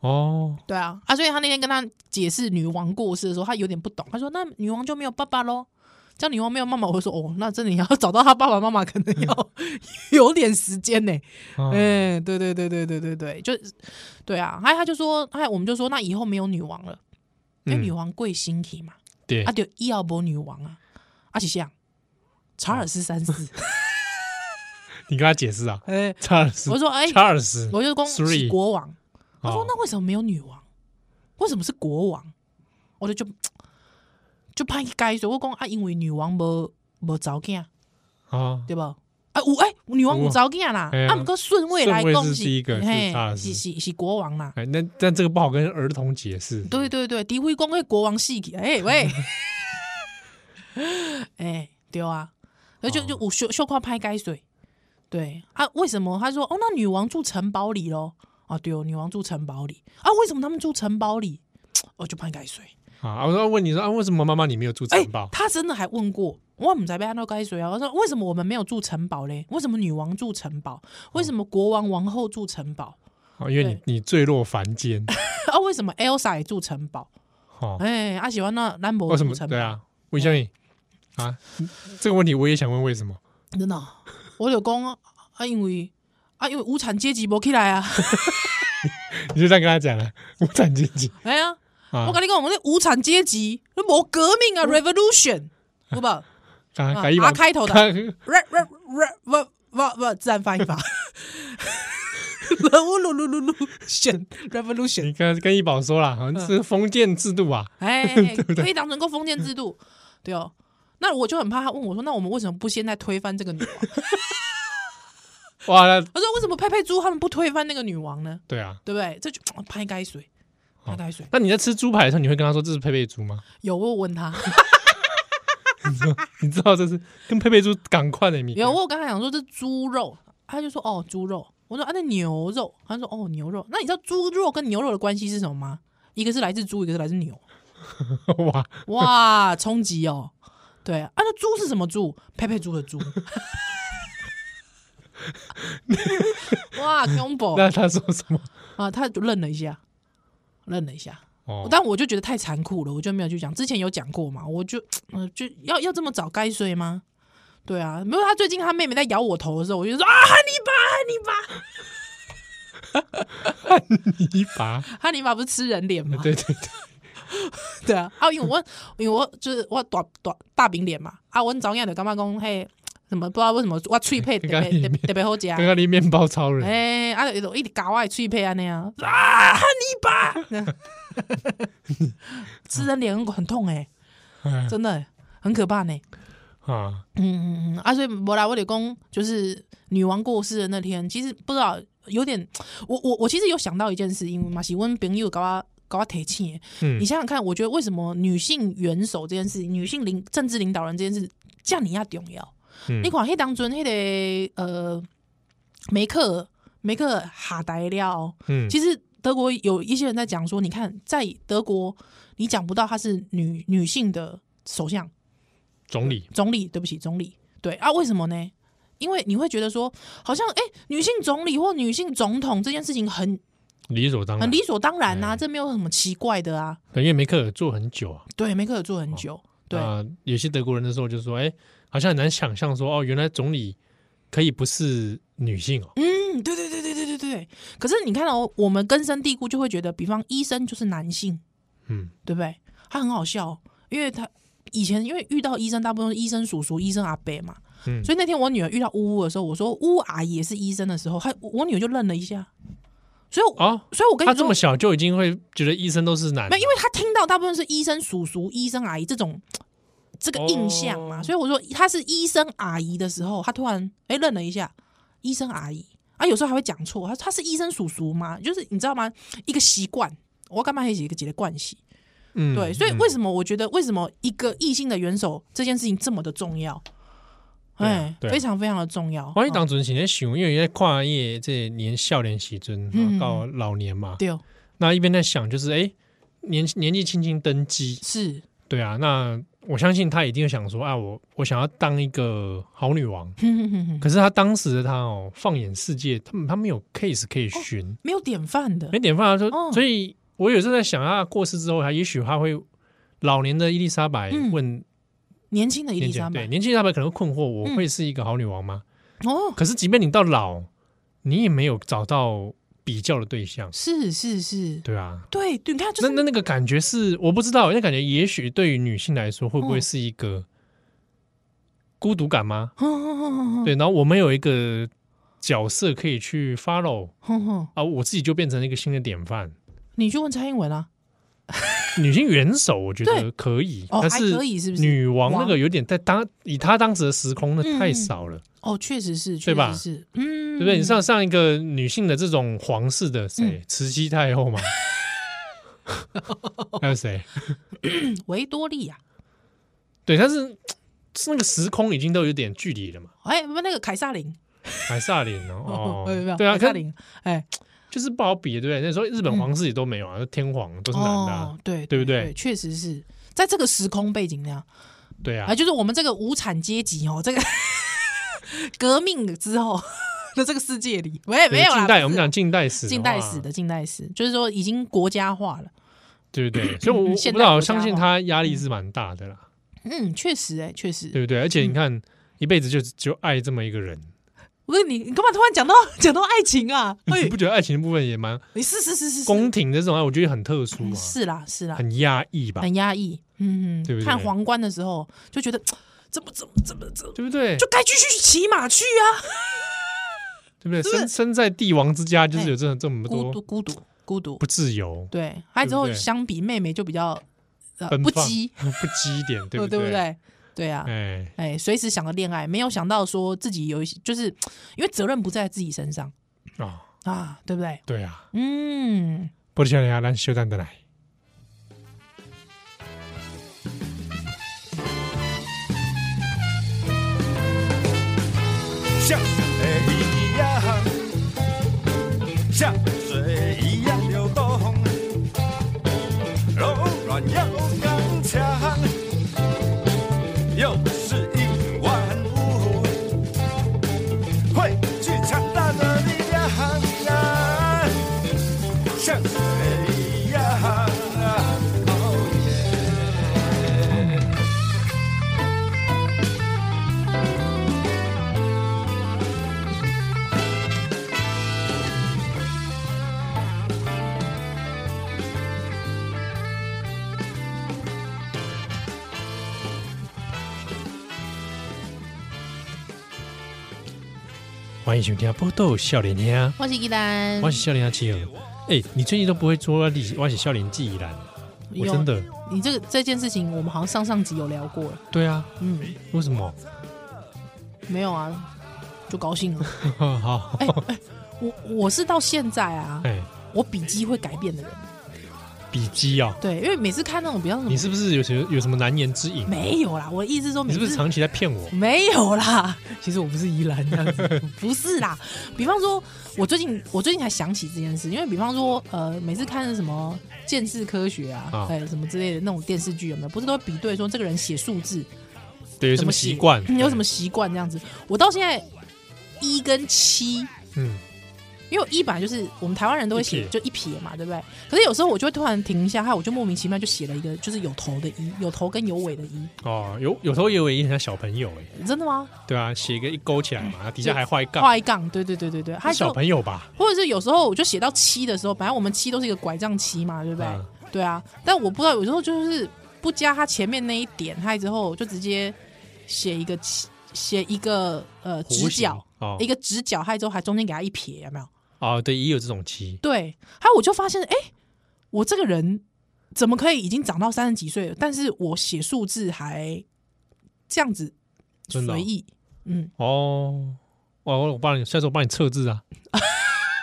Speaker 2: 哦，
Speaker 3: 对啊，啊，所以他那天跟他解释女王过世的时候，他有点不懂。他说：“那女王就没有爸爸喽？这样女王没有妈妈，我会说哦，那真的你要找到他爸爸妈妈，可能 要有点时间呢、
Speaker 2: 哦
Speaker 3: 哎、对对对对对对对，就对啊。还他就说，哎，我们就说那以后没有女王了，因为
Speaker 2: 嗯
Speaker 3: 女王贵星体嘛，
Speaker 2: 对
Speaker 3: 啊，，就伊奥博女王啊，而且像查尔 斯三世，
Speaker 2: 你跟他解释啊。
Speaker 3: 哎、
Speaker 2: 查尔斯，
Speaker 3: 我说哎
Speaker 2: 查尔斯，
Speaker 3: 我就恭喜
Speaker 2: Three
Speaker 3: 国王。”他
Speaker 2: 哦
Speaker 3: 说：“那为什么没有女王？为什么是国王？”我就就就怕一改说，我讲啊，因为女王无无早囝，
Speaker 2: 哦，
Speaker 3: 对吧？啊，有哎、女王有早囝啦
Speaker 2: 有啊，
Speaker 3: 啊，不过顺位来
Speaker 2: 顺位
Speaker 3: 讲
Speaker 2: 是第一个是
Speaker 3: 嘿
Speaker 2: 查尔，斯
Speaker 3: 是是是国王啦。
Speaker 2: 哎，那但这个不好跟儿童解释。
Speaker 3: 对对对，诋毁公会国 王系起来，哎、喂， 哎、对啊，而就
Speaker 2: 哦
Speaker 3: 就我秀秀夸拍该水，对啊，为什么他说哦，那女王住城堡里咯？啊，对哦，女王住城堡里啊，为什么他们住城堡里？我就拍该水，
Speaker 2: 啊，我说问你说啊，为什么妈妈你没有住
Speaker 3: 哎、
Speaker 2: 城堡？
Speaker 3: 他真的还问过。我们在被按到该水啊！我说为什么我们没有住城堡嘞？为什么女王住城堡？为什么国王王后住城堡？
Speaker 2: 哦因为你你坠落凡间。
Speaker 3: 啊，为什么 Elsa 也住城堡？
Speaker 2: 哦，
Speaker 3: 哎、啊，喜欢那兰博
Speaker 2: 为什
Speaker 3: 住
Speaker 2: 么？
Speaker 3: 城堡
Speaker 2: 对？啊，魏相颖啊，这个问题我也想问为什么？
Speaker 3: 真的哦、我就讲啊，因为啊，因为无产阶级没起来啊，
Speaker 2: 你就这样跟他讲了，无产阶级
Speaker 3: 哎呀、
Speaker 2: 啊
Speaker 3: 我，跟你讲，我们那无产阶级那没革命啊，revolution，对吧
Speaker 2: 刚
Speaker 3: 啊
Speaker 2: 刚一
Speaker 3: 啊开头的
Speaker 2: 刚
Speaker 3: ？re re re 不不不，自然发音法。噜噜噜噜噜选 revolution，
Speaker 2: 你跟跟一宝说了，好
Speaker 3: 嗯
Speaker 2: 像是封建制度啊，
Speaker 3: 哎，可以当成个封建制度，对哦。那我就很怕他问我说，那我们为什么不现在推翻这个女王？
Speaker 2: 哇，那
Speaker 3: 他说为什么佩佩猪他们不推翻那个女王呢？
Speaker 2: 对啊。
Speaker 3: 对不对？这就拍该水，拍该水。
Speaker 2: 那你在吃猪排的时候，你会跟他说这是佩佩猪吗？
Speaker 3: 有我有问他。
Speaker 2: 你知道这是跟佩佩猪赶快的名
Speaker 3: 有，我有跟他讲说这猪肉，他就说哦猪肉，我说啊那牛肉，他说哦牛肉，那你知道猪肉跟牛肉的关系是什么吗？一个是来自猪，一个是来自牛，
Speaker 2: 哇，
Speaker 3: 哇，冲击哦，对啊，那猪是什么猪？佩佩猪的猪， 哇，combo
Speaker 2: 那他说什么？
Speaker 3: 啊，他就愣了一下，愣了一下，
Speaker 2: 哦，
Speaker 3: 但我就觉得太残酷了，我就没有去讲。之前有讲过嘛，我就呃就要要这么早该睡吗？对啊，没有他最近他妹妹在咬我头的时候，我就说啊，汉尼拔，汉尼拔，
Speaker 2: 你 拔，
Speaker 3: 汉尼拔不是吃人脸吗？
Speaker 2: 对对对，
Speaker 3: 对啊，啊，因为我因为我就是我大大大饼脸嘛，啊，我早眼就干嘛讲嘿，什么不知道为什么我脆配特
Speaker 2: 刚刚
Speaker 3: 别特
Speaker 2: 里面
Speaker 3: 别特别好吃，
Speaker 2: 刚刚你面包超人，
Speaker 3: 啊哎、啊，就一直搞我的脆配安尼啊，啊，汉尼拔， 吃人脸很很痛哎、
Speaker 2: 哎
Speaker 3: 真的、欸很可怕呢、
Speaker 2: 啊，
Speaker 3: 嗯嗯嗯啊，所以我来我得公就是女王过世的那天，其实不知道有点，我我我其实有想到一件事，因为马喜温朋友搞我搞我提醒的，
Speaker 2: 嗯
Speaker 3: 你想想看，我觉得为什么女性元首这件事，女性领政治领导人这件事，这样你要重要，
Speaker 2: 嗯
Speaker 3: 你看迄当阵迄、个呃梅克尔梅克尔哈呆了，
Speaker 2: 嗯，
Speaker 3: 其实德国有一些人在讲说，你看在德国你讲不到她是女女性的首相，
Speaker 2: 总理，
Speaker 3: 总理，对不起，总理，对啊，为什么呢？因为你会觉得说，好像哎、诶女性总理或女性总统这件事情很
Speaker 2: 理所当然，
Speaker 3: 很理所当然呐、啊
Speaker 2: 哎
Speaker 3: 这没有什么奇怪的啊。
Speaker 2: 对因为梅克尔做很久啊，
Speaker 3: 对，梅克尔做很久，对、
Speaker 2: 啊，有些德国人的时候就说，哎，好像很难想象说，哦，原来总理可以不是女性哦，
Speaker 3: 嗯，对对对对对对对。可是你看哦，我们根深蒂固就会觉得，比方医生就是男性，
Speaker 2: 嗯，
Speaker 3: 对不对？他很好笑哦，因为他以前因为遇到医生，大部分都是医生叔叔、医生阿伯嘛。
Speaker 2: 嗯
Speaker 3: 所以那天我女儿遇到呜呜的时候，我说呜呜阿姨也是医生的时候，她我女儿就愣了一下。所以我，
Speaker 2: 哦，
Speaker 3: 所以我跟你
Speaker 2: 他
Speaker 3: 说，
Speaker 2: 这么小就已经会觉得医生都是男的，
Speaker 3: 没有，因为他听到大部分是医生叔叔、医生阿姨这种这个印象嘛，
Speaker 2: 哦
Speaker 3: 所以我说他是医生阿姨的时候，他突然哎愣了一下，医生阿姨啊，有时候还会讲错，他他是医生叔叔吗？就是你知道吗？一个习惯，我干嘛还写一个姐的惯习？
Speaker 2: 嗯
Speaker 3: 对，所以为什么我觉得为什么一个异性的元首这件事情这么的重要？
Speaker 2: 对啊
Speaker 3: 哎，
Speaker 2: 对啊
Speaker 3: 非常非常的重要。哦
Speaker 2: 我迄哦当阵是咧想，因为在跨业这年少年时阵、
Speaker 3: 嗯
Speaker 2: 啊到老年嘛
Speaker 3: 嗯，对哦，
Speaker 2: 那一边在想就是，哎、年年纪轻轻登基，
Speaker 3: 是，
Speaker 2: 对啊，那我相信他一定会想说啊，我我想要当一个好女王。
Speaker 3: 哼哼哼哼
Speaker 2: 可是他当时的他哦，放眼世界，他们他没有 case 可
Speaker 3: 哦
Speaker 2: 以寻，
Speaker 3: 没有典范的
Speaker 2: 没，典范啊。说，
Speaker 3: 哦
Speaker 2: 所以我有时候在想，他过世之后，他也许他会老年的伊丽莎白
Speaker 3: 嗯
Speaker 2: 问
Speaker 3: 年轻的伊
Speaker 2: 年
Speaker 3: 丽
Speaker 2: 轻
Speaker 3: 莎
Speaker 2: 人，对
Speaker 3: 白
Speaker 2: 年轻伊丽莎白可能会困惑，我
Speaker 3: 嗯
Speaker 2: 会是一个好女王吗？
Speaker 3: 哦，
Speaker 2: 可是即便你到老，你也没有找到比较的对象，
Speaker 3: 是是是，
Speaker 2: 对啊。
Speaker 3: 对对，你看，就是
Speaker 2: 那那那个感觉是我不知道，那感觉也许对于女性来说，会不会
Speaker 3: 嗯
Speaker 2: 是一个孤独感吗？
Speaker 3: 哼哼哼哼哼
Speaker 2: 对，然后我们有一个角色可以去 follow
Speaker 3: 哼哼，
Speaker 2: 啊，我自己就变成了一个新的典范，
Speaker 3: 你去问蔡英文啊，
Speaker 2: 女性元首，我觉得
Speaker 3: 对
Speaker 2: 可以，
Speaker 3: 哦，
Speaker 2: 但
Speaker 3: 还
Speaker 2: 是
Speaker 3: 可以是不是？
Speaker 2: 女王那个
Speaker 3: 王
Speaker 2: 有点在当以她当时的时空，那
Speaker 3: 嗯
Speaker 2: 太
Speaker 3: 嗯
Speaker 2: 少了，
Speaker 3: 哦，确实是，
Speaker 2: 对吧
Speaker 3: 确实是，
Speaker 2: 对
Speaker 3: 嗯，
Speaker 2: 不对？你上上一个女性的这种皇室的谁
Speaker 3: 嗯，
Speaker 2: 慈禧太后 嘛，还有谁？
Speaker 3: 维多利亚，
Speaker 2: 对，但是是那个时空已经都有点距离了嘛。
Speaker 3: 哎，不，那个凯撒琳，
Speaker 2: 凯撒琳 哦，
Speaker 3: 没有没
Speaker 2: 哦
Speaker 3: 有，
Speaker 2: 对啊，
Speaker 3: 凯
Speaker 2: 可
Speaker 3: 撒琳，哎，
Speaker 2: 就是不好比，对不对？那时候日本
Speaker 3: 嗯
Speaker 2: 皇室也都没有啊，天皇都是男的啊
Speaker 3: 哦，，对
Speaker 2: 对不对
Speaker 3: 对？确实是在这个时空背景那样，
Speaker 2: 对啊
Speaker 3: 啊，，就是我们这个无产阶级哦，这个 革命之后的这个世界里，喂，没有啦
Speaker 2: 近代
Speaker 3: 不
Speaker 2: 我们
Speaker 3: 是
Speaker 2: 讲近代史，
Speaker 3: 近代史的，近代史，就是说已经国家化了。
Speaker 2: 对不对？所 以我我不
Speaker 3: 现
Speaker 2: 知
Speaker 3: 代国家
Speaker 2: 道，
Speaker 3: 化
Speaker 2: 相信他压力是蛮大的啦，
Speaker 3: 嗯，确实、哎，确实。
Speaker 2: 对不对？而且你看，一辈子就就爱这么一个人，
Speaker 3: 我跟你，你干嘛突然讲到讲到爱 情 啊？
Speaker 2: 你
Speaker 3: 哎
Speaker 2: 不，觉得爱情的部分也蛮
Speaker 3: 你是是是是是
Speaker 2: 宫廷的这种爱，我觉得很特殊
Speaker 3: 嗯
Speaker 2: 啊，
Speaker 3: 是啦是啦，
Speaker 2: 很压抑吧，
Speaker 3: 很压抑。嗯，
Speaker 2: 对不对
Speaker 3: 看皇冠的时候就觉得嘖怎么怎么怎么怎么
Speaker 2: 对不对？
Speaker 3: 就该继续骑马去啊，
Speaker 2: 对不对？
Speaker 3: 是不是
Speaker 2: 身身在帝王之家，就是
Speaker 3: 哎
Speaker 2: 有这这么
Speaker 3: 孤独
Speaker 2: 多
Speaker 3: 孤独孤独
Speaker 2: 不。自由，
Speaker 3: 对，还有之
Speaker 2: 对
Speaker 3: 后
Speaker 2: 不对
Speaker 3: 相比妹妹就比较呃
Speaker 2: 奔
Speaker 3: 不
Speaker 2: 放
Speaker 3: 羁，
Speaker 2: 不羁一 点，对不
Speaker 3: 呃对不？对？对啊，
Speaker 2: 哎，
Speaker 3: 哎，随时想着恋爱，没有想到说自己有一些，就是嘖因为责任不在自己身上
Speaker 2: 哦，
Speaker 3: 啊，对不对？
Speaker 2: 对啊。
Speaker 3: 嗯，
Speaker 2: 波多小亚咱小蛋蛋来。
Speaker 5: 像水一样，像水一样流动，柔软又刚强，又是一万物，汇聚强大的力量啊，像水一样。哦耶
Speaker 2: 欢迎收听波豆笑脸兄，
Speaker 3: 我是一丹，
Speaker 2: 啊我是笑脸兄七友。哎、你最近都不会说你我是笑脸记忆兰，我
Speaker 3: 有
Speaker 2: 真的
Speaker 3: 你这个这件事情，我们好像上上集有聊过了。
Speaker 2: 对啊，
Speaker 3: 嗯，
Speaker 2: 为什么？
Speaker 3: 没有啊，就高兴了。
Speaker 2: 好，
Speaker 3: 哎、哎我我是到现在啊，
Speaker 2: 哎，
Speaker 3: 我笔记会改变的人。
Speaker 2: 笔记哦。
Speaker 3: 对，因为每次看那种比较什么
Speaker 2: 你是不是有些有什么难言之隐？
Speaker 3: 没有啦，我的意思是说每
Speaker 2: 你
Speaker 3: 次
Speaker 2: 是不是长期在骗我？
Speaker 3: 没有啦，其实我不是宜兰这样子， 不是啦。比方说，我最近我最近才想起这件事，因为比方说，呃，每次看什么《见识科学》啊
Speaker 2: 啊，
Speaker 3: 还有什么之类的那种电视剧，有没有？不是都会比对说这个人写数字
Speaker 2: 对，有什么习惯？
Speaker 3: 你嗯有什么习惯这样子？我到现在一跟七，
Speaker 2: 嗯，
Speaker 3: 因为我一本来就是我们台湾人都会
Speaker 2: 一
Speaker 3: 写
Speaker 2: 撇
Speaker 3: 就一撇嘛，对不对？可是有时候我就会突然停一下，还有我就莫名其妙就写了一个就是有头的一，有头跟有尾的一，
Speaker 2: 哦，有有时候也有影响小朋友哎，
Speaker 3: 真的吗？
Speaker 2: 对啊，写一个一勾起来嘛，底下还画一杠，
Speaker 3: 嗯画一杠，对对对对对，还
Speaker 2: 是
Speaker 3: 有
Speaker 2: 小朋友吧？
Speaker 3: 或者是有时候我就写到七的时候，本来我们七都是一个拐杖七嘛，对不对？
Speaker 2: 嗯
Speaker 3: 对啊，但我不知道有时候就是不加它前面那一点，它之后就直接写一个七，写一个呃
Speaker 2: 弧
Speaker 3: 直
Speaker 2: 形
Speaker 3: 角，
Speaker 2: 哦
Speaker 3: 一个直角，还之后还中间给它一撇，有没有？
Speaker 2: 哦，对，也有这种期，
Speaker 3: 对，还有我就发现，哎，我这个人怎么可以已经长到三十几岁了，但是我写数字还这样子
Speaker 2: 真的哦
Speaker 3: 随意？嗯，
Speaker 2: 哦，我我帮你，下次我帮你测字啊。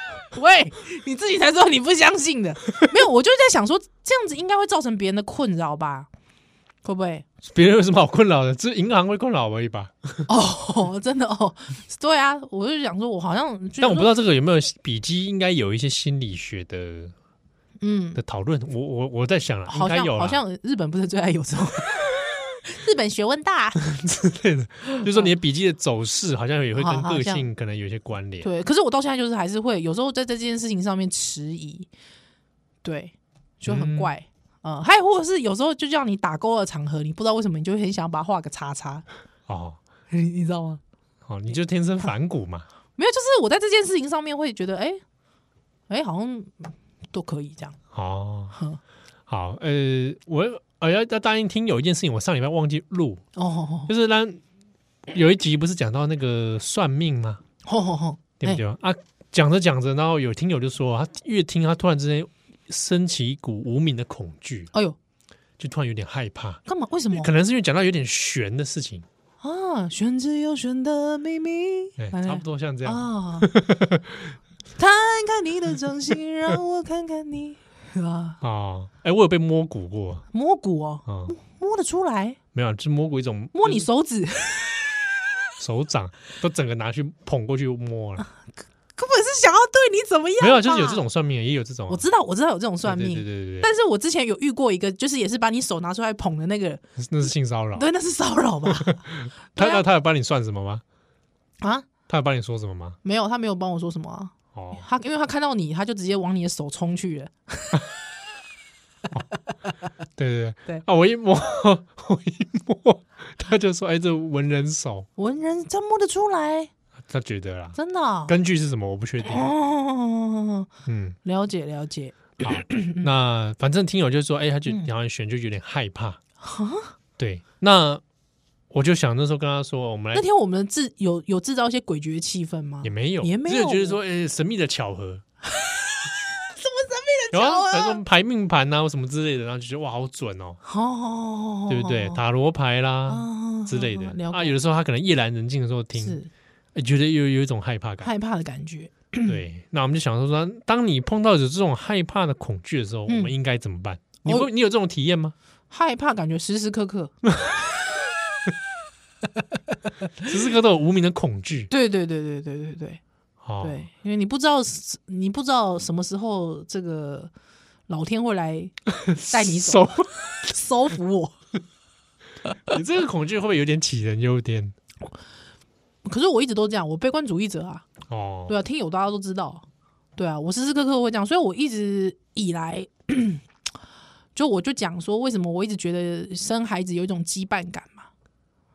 Speaker 3: 喂， 你自己才说你不相信的，没有，我就在想说，这样子应该会造成别人的困扰吧？会不 会？
Speaker 2: 别人有什么好困扰的？只是银行会困扰而已吧。
Speaker 3: 哦，真的哦，对啊，我就想说，我好像，
Speaker 2: 但我不知
Speaker 3: 道，
Speaker 2: 道这个有没有笔记，应该有一些心理学的
Speaker 3: 嗯，
Speaker 2: 的讨论。我我我在想了，啊应
Speaker 3: 好
Speaker 2: 该
Speaker 3: 像
Speaker 2: 有啦
Speaker 3: 好 像日本不是最爱有这种，日本学问大，
Speaker 2: 对的，就是说你的笔记的走势好像也会
Speaker 3: 好
Speaker 2: 跟
Speaker 3: 好
Speaker 2: 个
Speaker 3: 像
Speaker 2: 性可能有一些关联。
Speaker 3: 对，可是我到现在就是还是会有时候在这件事情上面迟疑，对，就很
Speaker 2: 嗯
Speaker 3: 怪。嗯还有或者是有时候就叫你打勾的场合，你不知道为什么，你就会很想把它画个 叉叉，
Speaker 2: 哦，
Speaker 3: 你你知道吗？
Speaker 2: 哦，你就天生反骨嘛。
Speaker 3: 没有，就是我在这件事情上面会觉得，哎、哎、好像嗯都可以这样。
Speaker 2: 哦
Speaker 3: 哼，
Speaker 2: 好，呃，我呃要要答应听有一件事情，我上礼拜忘记录，
Speaker 3: 哦
Speaker 2: 就是让有一集不是讲到那个算命吗？
Speaker 3: 吼吼吼，
Speaker 2: 对不对、
Speaker 3: 哎
Speaker 2: 啊？讲着讲着，然后有听友就说，他越听，他突然之间升起一股无名的恐惧，
Speaker 3: 哎呦，
Speaker 2: 就突然有点害怕。
Speaker 3: 干嘛？为什么
Speaker 2: 可能是因为讲到有点悬的事情，
Speaker 3: 啊？玄之又玄的秘密，
Speaker 2: 哎、
Speaker 3: 来
Speaker 2: 差不多像这
Speaker 3: 来
Speaker 2: 样。
Speaker 3: 啊。看看你的掌心，让我看看你 啊，
Speaker 2: 哦，哎、我有被摸骨过啊、
Speaker 3: 摸骨哦，
Speaker 2: 哦
Speaker 3: 摸得出来，
Speaker 2: 没有，就摸过一种
Speaker 3: 摸你手指，
Speaker 2: 手掌，都整个拿去捧过去摸了。
Speaker 3: 根本是想啊要对你怎么样？
Speaker 2: 没有啊，就是有这，种算命的，也有这种啊、
Speaker 3: 我知道，我知道有这种算
Speaker 2: 对对对
Speaker 3: 命，
Speaker 2: 对对
Speaker 3: 但是我之前有遇过一个，就是也是把你手拿出来捧的那个，
Speaker 2: 对，那是性骚扰。
Speaker 3: 对，那是骚扰 吧？
Speaker 2: 他
Speaker 3: 对啊
Speaker 2: 那他有帮你算什么吗？
Speaker 3: 啊，
Speaker 2: 他有帮你说什么吗？
Speaker 3: 没有，他没有帮我说什么啊。
Speaker 2: 哦，
Speaker 3: 他因为他看到你，他就直接往你的手冲去了。
Speaker 2: 对对
Speaker 3: 对
Speaker 2: 啊！我一摸， 我一摸，他就说：“哎，这文人手。
Speaker 3: 文人真摸得出来，”
Speaker 2: 他觉得啦，
Speaker 3: 真的哦、
Speaker 2: 根据是什么我不确定。
Speaker 3: 哦，
Speaker 2: 嗯，
Speaker 3: 了解了解。
Speaker 2: 好，那反正听友就说：“哎，他就
Speaker 3: 嗯
Speaker 2: 然后选就有点害怕。”对，那我就想那时候跟他说：“我们来
Speaker 3: 那天我们制有有制造一些诡谲气氛吗？
Speaker 2: 哎也没有，
Speaker 3: 也没有
Speaker 2: 只是觉得说，哎，神秘的巧合。”什么神秘的
Speaker 3: 巧合
Speaker 2: 有啊，什么排命盘啊，什么之类的，然后就觉得哇，好准哦，
Speaker 3: 哦，
Speaker 2: 对不对？塔罗牌啦
Speaker 3: 啊
Speaker 2: 之类的
Speaker 3: 了解
Speaker 2: 啊，有的时候他可能夜阑人静的时候听，
Speaker 3: 是
Speaker 2: 欸觉得有有一种害怕 感。
Speaker 3: 害怕的感觉。
Speaker 2: 对，那我们就想说说，当你碰到有这种害怕的恐惧的时候，
Speaker 3: 嗯
Speaker 2: 我们应该怎么办？你
Speaker 3: 哦
Speaker 2: 会你有这种体验吗？
Speaker 3: 害怕感觉时时刻刻，
Speaker 2: 时时刻都有无名的恐惧。
Speaker 3: 对对对对对对对
Speaker 2: 哦，
Speaker 3: 对，因为你不知道你不知道什么时候这个老天 会来带你走，
Speaker 2: 手，
Speaker 3: 收服我。
Speaker 2: 你这个恐惧会不会有点杞人忧天？
Speaker 3: 可是我一直都这样，我悲观主义者啊，
Speaker 2: 哦，
Speaker 3: 对啊，听友大家都知道，对啊，我时时刻刻会这样，所以我一直以来， 就我就讲说，为什么我一直觉得生孩子有一种羁绊感嘛？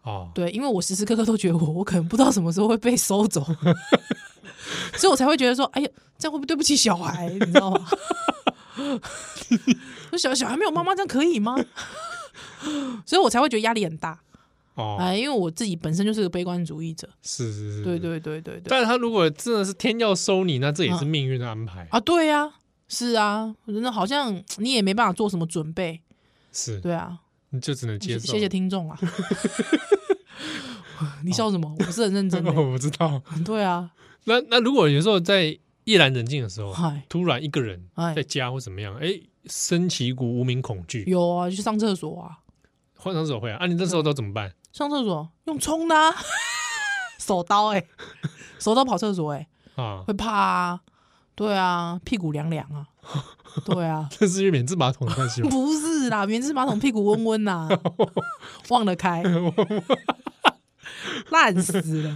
Speaker 2: 哦，
Speaker 3: 对，因为我时时刻刻都觉得我，我可能不知道什么时候会被收走， 所以我才会觉得说，哎呀，这样会不会对不起小孩？你知道吗？ 就小小孩没有妈妈，这样可以吗？ 所以我才会觉得压力很大，
Speaker 2: 哦，
Speaker 3: 哎，因为我自己本身就是个悲观主义者，
Speaker 2: 是是是，
Speaker 3: 对。对对对对。
Speaker 2: 嗯但是他如果真的是天要收你，那这也是命运的安排，
Speaker 3: 啊，对呀、是啊，真的好像你也没办法做什么准备，
Speaker 2: 是，
Speaker 3: 对啊，
Speaker 2: 你就只能接
Speaker 3: 谢
Speaker 2: 受。。
Speaker 3: 谢谢听众啊。 你笑什么？我是很认真的
Speaker 2: 我不知道。
Speaker 3: 对啊，
Speaker 2: 那那如果有时候在夜阑人静的时候，
Speaker 3: 嗨
Speaker 2: 突然一个人
Speaker 3: 哎
Speaker 2: 在家或怎么样，哎，升旗鼓无名恐惧，
Speaker 3: 有啊，去上厕所啊，
Speaker 2: 换上手会啊？啊，你
Speaker 3: 嗯
Speaker 2: 那时候都怎么办？
Speaker 3: 上厕所用冲的、啊， 手刀哎、手刀跑厕所哎、
Speaker 2: 啊，
Speaker 3: 会怕啊，对啊，屁股凉凉啊，对啊，
Speaker 2: 这是免治马桶的关系吗？
Speaker 3: 不是啦，免治马桶屁股温温 呐，忘了开， 烂死了。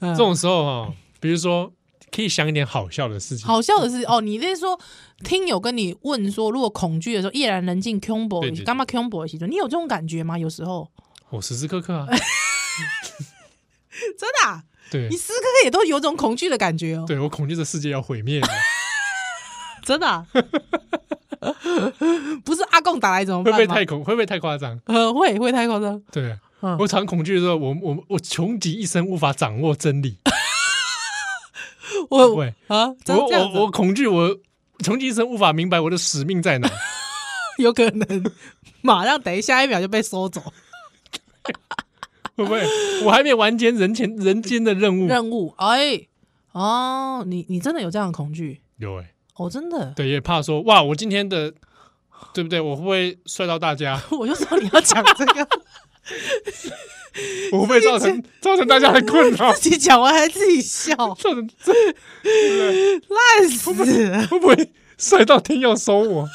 Speaker 3: 啊
Speaker 2: 这种时候哈，比如说可以想一点好笑的事情，
Speaker 3: 好笑的是哦，你那说听友跟你问说，如果恐惧的时候夜阑人静 c o m b
Speaker 2: 对对对
Speaker 3: o 干嘛 c o m b o 的时候，你有这种感觉吗？有时候
Speaker 2: 我时时刻刻啊，
Speaker 3: 真的、啊，
Speaker 2: 对
Speaker 3: 哎你时刻刻也都有种恐惧的感觉哦，
Speaker 2: 对，我恐惧这世界要毁灭了，
Speaker 3: 真的、 啊，不是阿贡打来怎么
Speaker 2: 会
Speaker 3: 办
Speaker 2: 不会
Speaker 3: 吗？
Speaker 2: 太恐？会不会太夸张？
Speaker 3: 呃会会太夸张？
Speaker 2: 对，
Speaker 3: 嗯
Speaker 2: 我常恐惧的时候，我我我穷极一生无法掌握真理，
Speaker 3: 我
Speaker 2: 会
Speaker 3: 啊， 真
Speaker 2: 我
Speaker 3: 这样子
Speaker 2: 我我恐惧我穷极一生无法明白我的使命在哪，
Speaker 3: 有可能马上等一下一秒就被收走
Speaker 2: 会不会？我还没完结人 前人间的任务，
Speaker 3: 任务，哎哦，你你真的有这样的恐惧？
Speaker 2: 有哎、
Speaker 3: 哦，真的，
Speaker 2: 对，也怕说哇，我今天的对不对？我会不会帅到大家？
Speaker 3: 我就说你要讲这个。
Speaker 2: 我会不会造成造成大家的困扰？
Speaker 3: 自己讲完还自己笑，
Speaker 2: 造成这
Speaker 3: 烂死了！
Speaker 2: 会不会帅到天要收我？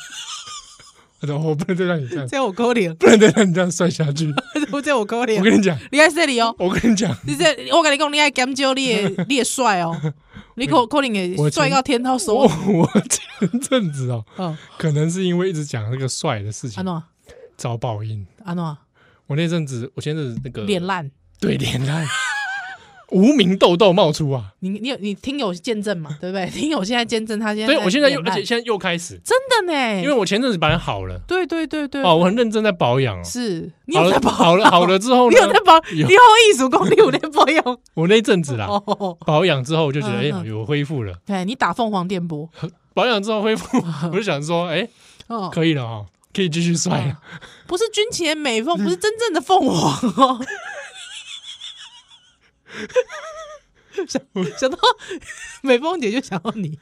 Speaker 2: 我说我不能再让你这样，
Speaker 3: 在我勾脸，
Speaker 2: 不能再让你这样帅下去。
Speaker 3: 在我勾脸
Speaker 2: 我。跟你讲，
Speaker 3: 你在这里哦，
Speaker 2: 我跟你讲，
Speaker 3: 你这我跟你讲，你爱研究你 的你也帅哦，你可可能
Speaker 2: 我
Speaker 3: 也
Speaker 2: 前
Speaker 3: 帅到天 涛
Speaker 2: 我
Speaker 3: 手。
Speaker 2: 我前阵子哦，
Speaker 3: 嗯，
Speaker 2: 可能是因为一直讲那个帅的事情
Speaker 3: 安，诺
Speaker 2: 遭报应。
Speaker 3: 安诺
Speaker 2: 我那阵子，我前阵子那个
Speaker 3: 脸烂，
Speaker 2: 对脸烂，无名痘痘冒出啊！
Speaker 3: 你你有你听友见证嘛，对不 对？听友现在见证他现在
Speaker 2: 对，我现在又
Speaker 3: 脸
Speaker 2: 而
Speaker 3: 烂
Speaker 2: 且现在又开始，
Speaker 3: 真的呢，
Speaker 2: 因为我前阵子本来好了
Speaker 3: 对对对对，
Speaker 2: 哦，我很认真在保养哦。
Speaker 3: 嗯是你
Speaker 2: 好
Speaker 3: 有在
Speaker 2: 了
Speaker 3: 保
Speaker 2: 好了好了之后
Speaker 3: 你
Speaker 2: 呢，
Speaker 3: 有在保，你
Speaker 2: 有
Speaker 3: 有艺术功力有在保养
Speaker 2: 我那阵子啦，
Speaker 3: 哦。
Speaker 2: 保养之后我就觉得，哎
Speaker 3: 嗯嗯
Speaker 2: 呀，有恢复了。
Speaker 3: 对，你打凤凰电波，
Speaker 2: 保养之后恢复，我就想说，哎，
Speaker 3: 嗯，
Speaker 2: 可以了哦，可以继续帅了。
Speaker 3: 不是军前美凤，不是真正的凤凰哦。想想到美凤姐就想到你，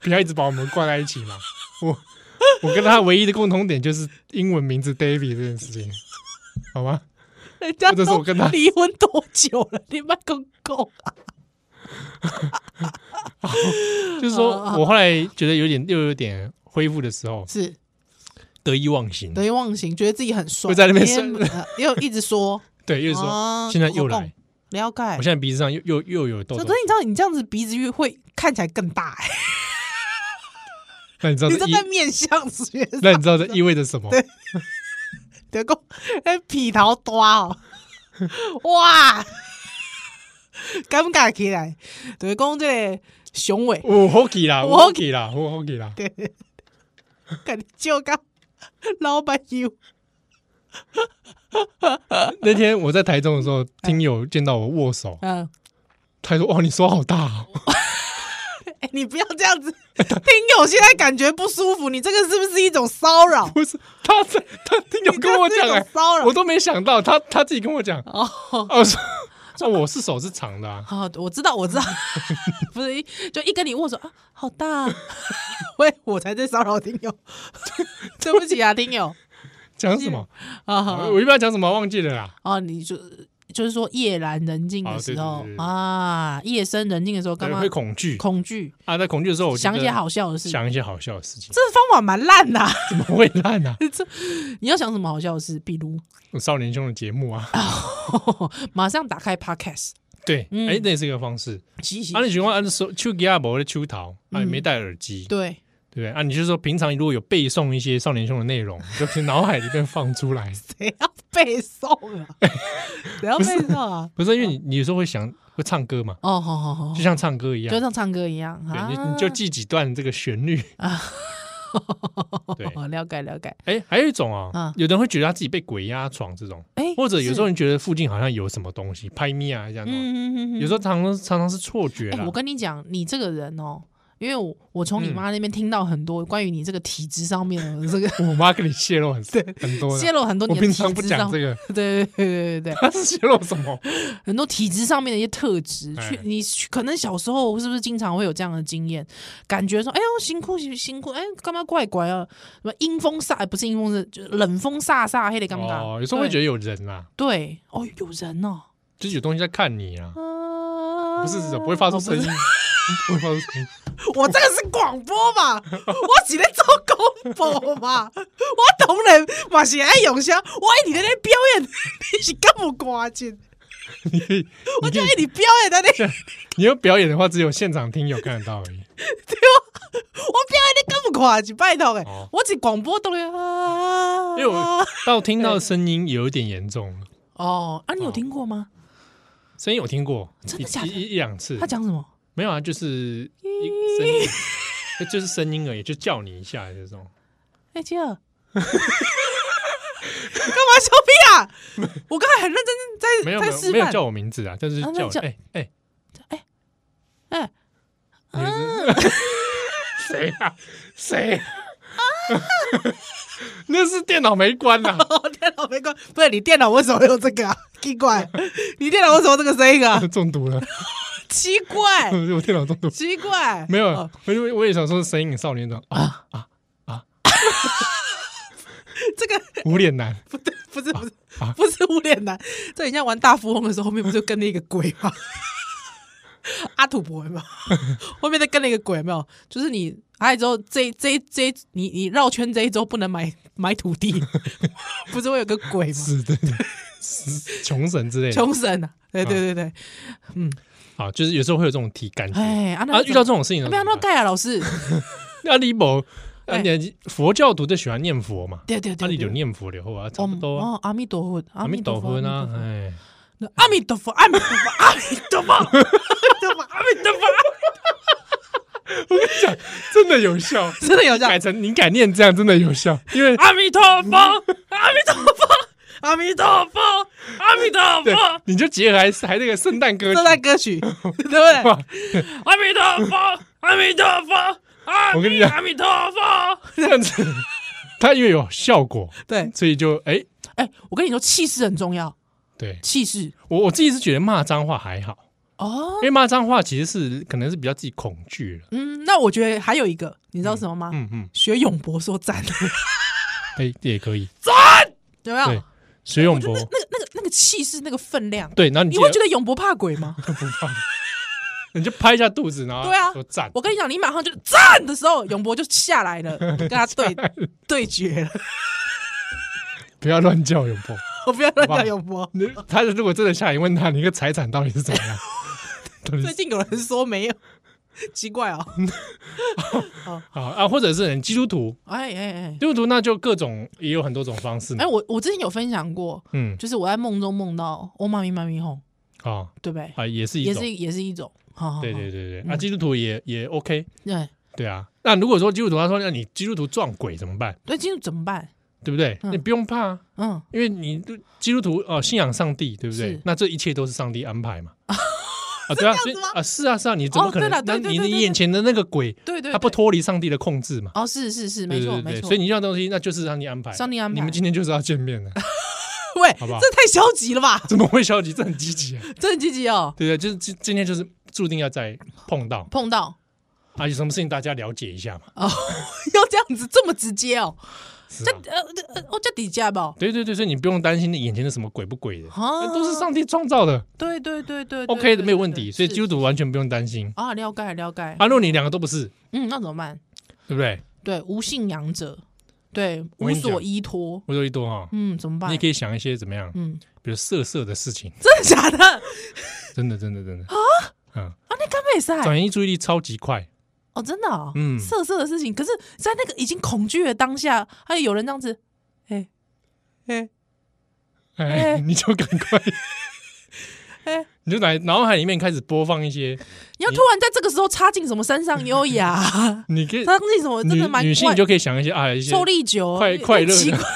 Speaker 2: 不要一直把我们挂在一起嘛。我我跟他唯一的共同点就是英文名字 David 这件事情，好吗？
Speaker 3: 人家
Speaker 2: 或者是
Speaker 3: 都
Speaker 2: 我跟她
Speaker 3: 离婚多久了？你卖公公啊？
Speaker 2: 就是说
Speaker 3: 嗯
Speaker 2: 我后来觉得有点又有点恢复的时候，
Speaker 3: 是
Speaker 2: 得意忘形，
Speaker 3: 得意忘形，觉得自己很帅，
Speaker 2: 会在那边
Speaker 3: 天
Speaker 2: 说
Speaker 3: 呃又一直说，
Speaker 2: 对，又是
Speaker 3: 啊
Speaker 2: 说现在又
Speaker 3: 好棒
Speaker 2: 来，
Speaker 3: 了解。
Speaker 2: 我现在鼻子上又又又有痘
Speaker 3: 小
Speaker 2: 痘
Speaker 3: 哥，。你知道你这样子鼻子越会看起来更大
Speaker 2: 那
Speaker 3: 哎、
Speaker 2: 你知道
Speaker 3: 你
Speaker 2: 这
Speaker 3: 这
Speaker 2: 意
Speaker 3: 在面相学
Speaker 2: 呃
Speaker 3: 上，
Speaker 2: 那你知道这意味着什么？
Speaker 3: 德公哎皮头大哦，哇， 尴尬起来，德公这个雄伟，
Speaker 2: 我 hockey 啦，我
Speaker 3: 我
Speaker 2: hockey 啦，我 hockey 啦，
Speaker 3: 感觉就刚老板有
Speaker 2: 那天我在台中的时候，
Speaker 3: 哎
Speaker 2: 听友见到我握手，
Speaker 3: 嗯，
Speaker 2: 他说：“哇，你手好大、哦。
Speaker 3: 哎，你不要这样子，听友现在感觉不舒服，你这个是不是一种骚扰”？
Speaker 2: 不是，他在他听友跟我讲、
Speaker 3: 你这是一
Speaker 2: 哎
Speaker 3: 种骚扰
Speaker 2: 我都没想到，他他自己跟我讲，
Speaker 3: 哦，
Speaker 2: 哦， 说说我是手是长的、啊，
Speaker 3: 好，我知道，我知 道，不是一就一跟你握手啊，好大、啊， 喂，我才在骚扰听友， 对不起啊，听友
Speaker 2: 讲什么？
Speaker 3: 啊，好
Speaker 2: 我一般讲什么忘记了啦。
Speaker 3: 哦，你就就是说夜阑人静
Speaker 2: 啊
Speaker 3: 的
Speaker 2: 对
Speaker 3: 时候、
Speaker 2: 对对对
Speaker 3: 啊，夜深人静的时候，干
Speaker 2: 对，
Speaker 3: 嘛
Speaker 2: 会恐惧
Speaker 3: 恐惧？
Speaker 2: 啊，在恐惧的时候，我觉得
Speaker 3: 想一些好笑的事，
Speaker 2: 想一些好笑的事情，
Speaker 3: 这方法蛮烂的啊、
Speaker 2: 怎么会烂啊？
Speaker 3: 这你要想什么好笑的事？比如
Speaker 2: 少年兄的节目啊，
Speaker 3: 马上打开 Podcast，
Speaker 2: 对，
Speaker 3: 嗯
Speaker 2: 哎，那也是一个方式。
Speaker 3: 洗洗
Speaker 2: 啊，你喜欢按手手机啊，我的秋桃啊，
Speaker 3: 嗯
Speaker 2: 你没戴耳机，对
Speaker 3: 对，
Speaker 2: 不对？啊，你就是说平常如果有背诵一些少年兄的内容， 就是脑海里面放出 来，
Speaker 3: 谁要背诵 啊？谁要背诵啊？
Speaker 2: 不是因为你你有时候会想会唱歌嘛，
Speaker 3: 哦，好好好
Speaker 2: 就，像唱歌一样
Speaker 3: 就，像唱歌一样
Speaker 2: 对
Speaker 3: 啊，
Speaker 2: 你你就记几段这个旋 律啊。对，
Speaker 3: 哦，了解了解，
Speaker 2: 哎，还有一种啊
Speaker 3: 啊，
Speaker 2: 有的人会觉得他自己被鬼压床这种，
Speaker 3: 哎，
Speaker 2: 或者有时候
Speaker 3: 是
Speaker 2: 你觉得附近好像有什么东西拍咪啊这样的，
Speaker 3: 嗯嗯嗯嗯，
Speaker 2: 有时候常常常常是错觉
Speaker 3: 哎、
Speaker 2: 啦嗯
Speaker 3: 我。跟你讲，你这个人哦，因为我我从你妈那边听到很多关于你这个体质上面的这个
Speaker 2: 我妈跟你泄露很很多的，
Speaker 3: 泄露很多
Speaker 2: 我
Speaker 3: 你的
Speaker 2: 平
Speaker 3: 体质
Speaker 2: 常
Speaker 3: 上，
Speaker 2: 不讲这个，
Speaker 3: 对对对对对对，
Speaker 2: 她泄露什么？
Speaker 3: 很多体质上面的一些特质，
Speaker 2: 哎
Speaker 3: 去你去可能小时候是不是经常会有这样的经验，感觉说，哎呦辛苦辛苦，哎干嘛怪怪啊？什么阴风飒，哎不是阴风是就是冷风飒飒，黑的尴尬。
Speaker 2: 哦，有时候会觉
Speaker 3: 得
Speaker 2: 得有人啦，
Speaker 3: 对哦，有人哦，
Speaker 2: 就是有东西在看你啊，
Speaker 3: 啊
Speaker 2: 不是不会发
Speaker 3: 哦
Speaker 2: 出声音， 不会发出声音。
Speaker 3: 我这个是广播嘛，我是在做广播嘛，我当然嘛是爱用声，我爱你在那表演， 你是干么关键？
Speaker 2: 你可以，
Speaker 3: 我
Speaker 2: 你可
Speaker 3: 就
Speaker 2: 以
Speaker 3: 爱，你表演在那， 我表演
Speaker 2: 你要表演的话，只有现场听有看得到而 已。
Speaker 3: 在干么关键？拜托哎、
Speaker 2: 哦
Speaker 3: 我只广播都啊，
Speaker 2: 因为我到听到声音有一点严重了，
Speaker 3: 哦啊，你有听过吗？
Speaker 2: 声音我听过
Speaker 3: 真
Speaker 2: 一
Speaker 3: 的假的
Speaker 2: 一一一两次
Speaker 3: 他，讲什么？
Speaker 2: 没有啊，就是一声音， 就就是声音而已，就叫你一下这种。
Speaker 3: 哎、欸，吉 尔，干嘛笑屁啊？我刚才很认真
Speaker 2: 没
Speaker 3: 在
Speaker 2: 有
Speaker 3: 在
Speaker 2: 没
Speaker 3: 示
Speaker 2: 有没有
Speaker 3: 范，
Speaker 2: 叫我名字啊，但是
Speaker 3: 啊那
Speaker 2: 叫我
Speaker 3: 叫
Speaker 2: 哎哎
Speaker 3: 哎、
Speaker 2: 你是 谁啊？ 谁？那是电脑没关啊呐，
Speaker 3: 哦，电脑没关，不是你电脑为什么会有这个啊？ 奇怪，你电脑为什么这个声音 啊？
Speaker 2: 中毒了，
Speaker 3: 奇怪，
Speaker 2: 我电脑中毒。
Speaker 3: 奇怪，
Speaker 2: 没有
Speaker 3: 哦
Speaker 2: 啊，我就我也想说《神隐少年》的啊，
Speaker 3: 这个
Speaker 2: 无脸男，
Speaker 3: 不是不是
Speaker 2: 啊
Speaker 3: 不是无脸男，这人家玩大富翁的时候，后面不是跟了一个鬼吗？ 阿土伯有没有？ 后面再跟了一个鬼有没有？就是你还有之后这这这你你绕圈这一周不能买买土地， 不是会有个鬼吗？
Speaker 2: 是对对，是穷神之类的。
Speaker 3: 穷神啊！对对对对，
Speaker 2: 啊，就是有时候会有这种体感觉
Speaker 3: 哎，啊那
Speaker 2: 啊，遇到这种事情
Speaker 3: 啊
Speaker 2: 怎
Speaker 3: 不要
Speaker 2: 么
Speaker 3: 那
Speaker 2: 办，
Speaker 3: 盖啊，老师，
Speaker 2: 阿李某，啊，
Speaker 3: 哎
Speaker 2: 你佛教徒就喜欢念佛嘛，
Speaker 3: 对对
Speaker 2: 阿
Speaker 3: 对
Speaker 2: 里有
Speaker 3: 对，
Speaker 2: 念佛的话，差不
Speaker 3: 我们
Speaker 2: 多啊，
Speaker 3: 哦，阿弥陀佛，阿
Speaker 2: 阿弥陀佛
Speaker 3: 阿弥
Speaker 2: 呢
Speaker 3: 陀，佛
Speaker 2: 哎，
Speaker 3: 阿弥陀佛，阿弥陀佛，阿弥陀佛，阿弥陀佛，阿弥陀佛，
Speaker 2: 真的有效，
Speaker 3: 真的有这
Speaker 2: 改
Speaker 3: 样，
Speaker 2: 成你改念这样真的有效，因为
Speaker 3: 阿弥陀佛，阿弥陀佛，阿弥陀佛，阿弥陀
Speaker 2: 对
Speaker 3: 佛，，
Speaker 2: 你就结合还还那个圣诞歌曲
Speaker 3: 这段哦歌曲，对不对？
Speaker 2: 哇
Speaker 3: 阿弥陀佛，阿弥陀佛，阿
Speaker 2: 我跟你
Speaker 3: 弥
Speaker 2: 讲
Speaker 3: 阿弥陀佛，
Speaker 2: 这样子，它因为有效果，
Speaker 3: 对，
Speaker 2: 所以就哎，
Speaker 3: 哎，我跟你说，气势很重要，
Speaker 2: 对
Speaker 3: 气势
Speaker 2: 我我自己是觉得骂脏话还好。
Speaker 3: 哦
Speaker 2: 因。为骂脏话其实是可能是比较自己恐惧了。
Speaker 3: 嗯，那我觉得还有一个，你知道什么吗？
Speaker 2: 嗯嗯，
Speaker 3: 学永博说赞，
Speaker 2: 哎、也可以。
Speaker 3: 有没有？
Speaker 2: 对，徐永
Speaker 3: 就
Speaker 2: 博
Speaker 3: 那，那个那个那个气势，那个分量，
Speaker 2: 对，然后你
Speaker 3: 你会觉
Speaker 2: 得
Speaker 3: 得永博怕鬼吗？
Speaker 2: 你就拍一下肚子，然后
Speaker 3: 对啊
Speaker 2: 说赞。
Speaker 3: 我跟你讲，你马上就站的时候，永博就下来 了，跟他对对决了。
Speaker 2: 不要乱叫永博。
Speaker 3: 我不要乱
Speaker 2: 好吧
Speaker 3: 叫永博。
Speaker 2: 你他如果真的下来问他，你一个财产到底是怎 么样？到底
Speaker 3: 最
Speaker 2: 是
Speaker 3: 近有人说没有，奇怪哦。
Speaker 2: 好啊，或者是人基督徒，
Speaker 3: 哎哎哎
Speaker 2: 基，督徒那就各种也有很多种方式嘛。
Speaker 3: 哎，我我之前有分享过，
Speaker 2: 嗯，
Speaker 3: 就是我在梦中梦到，Oh 欧妈咪妈咪哄，
Speaker 2: 哦
Speaker 3: 对不对？
Speaker 2: 啊，也是一
Speaker 3: 也
Speaker 2: 种
Speaker 3: 是。也是一种，哦嗯好，好
Speaker 2: 对对
Speaker 3: 好
Speaker 2: 对对，啊，基督徒也也 OK，
Speaker 3: 对
Speaker 2: 对啊。那如果说基督徒，他说那你基督徒撞鬼怎么办？
Speaker 3: 对，今天怎么办？
Speaker 2: 对不对？
Speaker 3: 嗯
Speaker 2: 你不用怕啊，
Speaker 3: 嗯，
Speaker 2: 因为你都基督徒哦、信仰上帝，对不对
Speaker 3: 是？
Speaker 2: 那这一切都是上帝安排 嘛。啊，对啊，所以啊，是啊，是啊，你怎么
Speaker 3: 哦
Speaker 2: 可能？
Speaker 3: 对了对
Speaker 2: 那
Speaker 3: 对
Speaker 2: 你
Speaker 3: 对
Speaker 2: 你
Speaker 3: 对
Speaker 2: 眼前的那个鬼，
Speaker 3: 对对，
Speaker 2: 他不
Speaker 3: 对
Speaker 2: 脱离上帝的控制嘛？
Speaker 3: 哦，是是是，
Speaker 2: 对
Speaker 3: 没
Speaker 2: 对
Speaker 3: 错
Speaker 2: 对
Speaker 3: 没错。
Speaker 2: 所以你这样东西，那就是上帝安排，
Speaker 3: 上帝安排
Speaker 2: 你们今天就是要见 面的，
Speaker 3: 喂，
Speaker 2: 好不好
Speaker 3: 这太消极了吧？
Speaker 2: 怎么会消极？这很积极啊！
Speaker 3: 这很积极哦，
Speaker 2: 对对，就是今今天就是注定要再碰到
Speaker 3: 碰到
Speaker 2: 啊，有什么事情大家了解一下嘛？
Speaker 3: 哦， 要这样子这么直接哦，
Speaker 2: 是
Speaker 3: 这
Speaker 2: 啊
Speaker 3: 呃呃呃哦这底价吧？
Speaker 2: 对对对，所以你不用担心你眼前的什么鬼不鬼的，
Speaker 3: 啊
Speaker 2: 呃那都是上帝创造的
Speaker 3: 对对对对对
Speaker 2: ，OK 的，
Speaker 3: 对
Speaker 2: 没有问
Speaker 3: 对
Speaker 2: 题。
Speaker 3: 对
Speaker 2: 所以
Speaker 3: 是
Speaker 2: 基督徒完全不用担心
Speaker 3: 啊，了解了解
Speaker 2: 啊。，如果你两个都不是，
Speaker 3: 嗯，那怎么办？
Speaker 2: 对不对？
Speaker 3: 对，无信仰者，对，
Speaker 2: 我
Speaker 3: 无
Speaker 2: 跟你
Speaker 3: 所
Speaker 2: 讲
Speaker 3: 依托，
Speaker 2: 我说一多哈，
Speaker 3: 嗯，怎么办？
Speaker 2: 你也可以想一些怎么样，
Speaker 3: 嗯，
Speaker 2: 比如色色的事情，
Speaker 3: 真的假的？啊，
Speaker 2: 真的真的真的，嗯，
Speaker 3: 那干妹赛
Speaker 2: 转移注意力超级快，
Speaker 3: 哦，真的哦，
Speaker 2: 嗯
Speaker 3: 色色的事情，可是，在那个已经恐惧的当下，还有人这样子，哎、哎、
Speaker 2: 哎，
Speaker 3: 哎
Speaker 2: 你就赶快，
Speaker 3: 哎
Speaker 2: 你就来脑海里面开始播放一些，
Speaker 3: 你要突然在这个时候插进什么 山上优雅，啊
Speaker 2: 你可以
Speaker 3: 插进什么真
Speaker 2: 女
Speaker 3: 的蛮
Speaker 2: 女性
Speaker 3: 怪
Speaker 2: 就可以想一些啊一些
Speaker 3: 抽力酒，
Speaker 2: 快快乐
Speaker 3: 奇
Speaker 2: 的
Speaker 3: 怪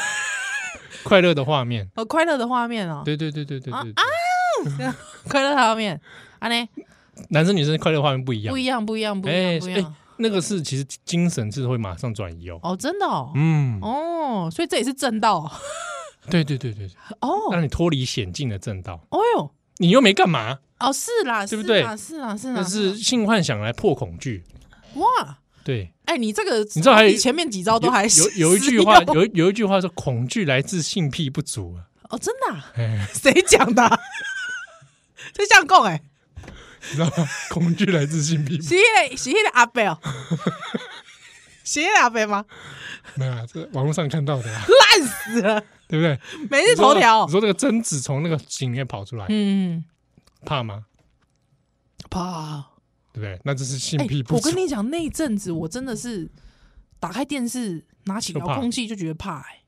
Speaker 2: 快乐的画面，
Speaker 3: 哦，快乐的画面哦，
Speaker 2: 对对对对对对，
Speaker 3: 快乐的画面，啊嘞，啊
Speaker 2: 男生女生快乐画面不一样
Speaker 3: 不一，样，不一样，不一
Speaker 2: 哎
Speaker 3: 样，不一
Speaker 2: 哎
Speaker 3: 样，，
Speaker 2: 那个是其实精神是会马上转移哦。
Speaker 3: 哦，真的哦，
Speaker 2: 嗯，
Speaker 3: 哦，所以这也是正道哦
Speaker 2: 对对对对对，
Speaker 3: 哦，
Speaker 2: 让你脱离险境的正道，
Speaker 3: 哦呦，
Speaker 2: 你又没干嘛，
Speaker 3: 哦是啦，
Speaker 2: 对不
Speaker 3: 是啦
Speaker 2: 对
Speaker 3: 是啦是啦，
Speaker 2: 但是
Speaker 3: 啦
Speaker 2: 性幻想来破恐惧。
Speaker 3: 哇，
Speaker 2: 对，
Speaker 3: 哎，你这个
Speaker 2: 知
Speaker 3: 你
Speaker 2: 道还有
Speaker 3: 前面几招都
Speaker 2: 有
Speaker 3: 还
Speaker 2: 有有一句话，
Speaker 3: 实用
Speaker 2: 有一有一句话说恐惧来自性癖不足啊。
Speaker 3: 哦，真的啊
Speaker 2: 哎，
Speaker 3: 谁讲的啊？谁这样讲哎？
Speaker 2: 你知道吗？恐惧来自性癖不足
Speaker 3: 是那个是那个阿伯哦， 是那个阿伯吗？
Speaker 2: 没有啊，这网络上看到的啊，
Speaker 3: 烂死了，
Speaker 2: 对不 对？
Speaker 3: 每日头
Speaker 2: 你
Speaker 3: 条哦。
Speaker 2: 说那个贞子从那个井里面跑出来，
Speaker 3: 嗯，
Speaker 2: 怕吗？
Speaker 3: 怕。
Speaker 2: 对不对？那这是性
Speaker 3: 哎
Speaker 2: 癖，不
Speaker 3: 我
Speaker 2: 足
Speaker 3: 跟。你讲，那一阵子我真的是打开电视，拿起
Speaker 2: 就
Speaker 3: 遥
Speaker 2: 怕
Speaker 3: 控器就觉得怕哎。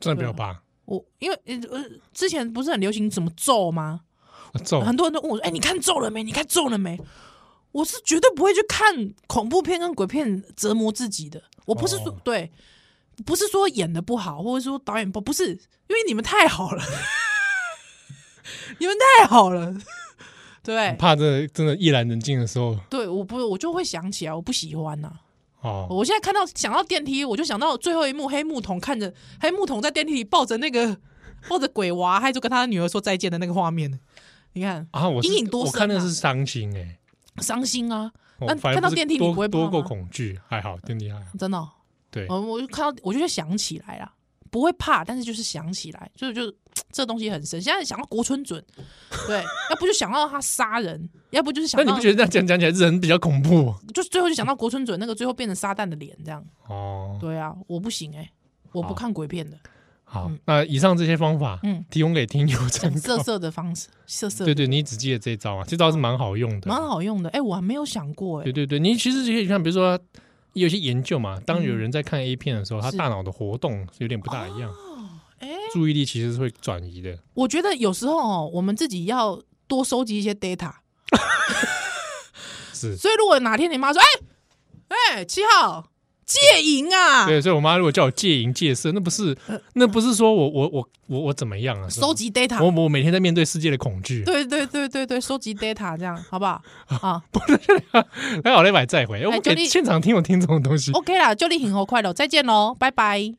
Speaker 2: 真的不要怕，
Speaker 3: 我因为呃呃，之前不是很流行什么咒吗？
Speaker 2: 我揍
Speaker 3: 很多人都问我说：“哎、你看咒了没？你看咒了没？”我是绝对不会去看恐怖片跟鬼片折磨自己的。我不是说、
Speaker 2: 哦
Speaker 3: 对，不是说演的不好，或者说导演不不是，因为你们太好了，你们太好了。 对
Speaker 2: 怕这真的夜阑人静的时候
Speaker 3: 对，我不我就会想起来，我不喜欢啊呐、
Speaker 2: 哦，
Speaker 3: 我现在看到想到电梯，我就想到最后一幕，黑木桶看着黑木桶在电梯里抱着那个抱着鬼娃，还就跟他女儿说再见的那个画面。你看，
Speaker 2: 啊，我是
Speaker 3: 阴影多
Speaker 2: 我
Speaker 3: 深啊
Speaker 2: 看那是伤心哎，
Speaker 3: 伤心啊！
Speaker 2: 我
Speaker 3: 那
Speaker 2: 反而
Speaker 3: 看到
Speaker 2: 是
Speaker 3: 电梯你
Speaker 2: 多
Speaker 3: 不会怕
Speaker 2: 多过
Speaker 3: 吗
Speaker 2: 恐惧，还好电梯还好，
Speaker 3: 真的哦、
Speaker 2: 对，
Speaker 3: 嗯，我就看到，我就会想起来啦，不会怕，但是就是想起来，就是就是这东西很深。现在想到国春准，对，要不就想到他杀人，要不就是
Speaker 2: 那
Speaker 3: 想
Speaker 2: 你
Speaker 3: 到，
Speaker 2: 不觉得这样讲讲起来人比较恐怖
Speaker 3: 就是最后就想到国春准那个最后变成撒旦的脸这样。
Speaker 2: 哦？
Speaker 3: 对啊，我不行哎、我不
Speaker 2: 好
Speaker 3: 看鬼片的，
Speaker 2: 好，那以上这些方法，
Speaker 3: 嗯
Speaker 2: 提供给听友参
Speaker 3: 讲色
Speaker 2: 考。
Speaker 3: 色的方式，色色
Speaker 2: 哦对对，你只记得这一招啊，这招是蛮好用的
Speaker 3: 蛮。好用的。哎、我还没有想过哎、
Speaker 2: 对对对，你其实可以看，比如说有些研究嘛，当有人在看 A 片的时候，他
Speaker 3: 嗯是
Speaker 2: 大脑的活动有点不大一样，
Speaker 3: 哎、
Speaker 2: 注意力其实是会转移的。
Speaker 3: 我觉得有时候哦，我们自己要多收集一些 data。
Speaker 2: 是，
Speaker 3: 所以如果哪天你妈说，哎、哎、七号戒淫啊，呃
Speaker 2: 对，所以我妈如果叫我戒淫戒色，那不是那不是说我我我我我怎么样啊？是吧
Speaker 3: 收集 data，
Speaker 2: 我我每天在面对世界的恐惧，
Speaker 3: 对对对对对，收集 data 这样好 不好？啊
Speaker 2: 哎来好来买再回，我们
Speaker 3: 就
Speaker 2: 给
Speaker 3: 你
Speaker 2: 现场听我听这种东西。
Speaker 3: ，OK 啦，就你幸福快乐，再见喽，拜拜。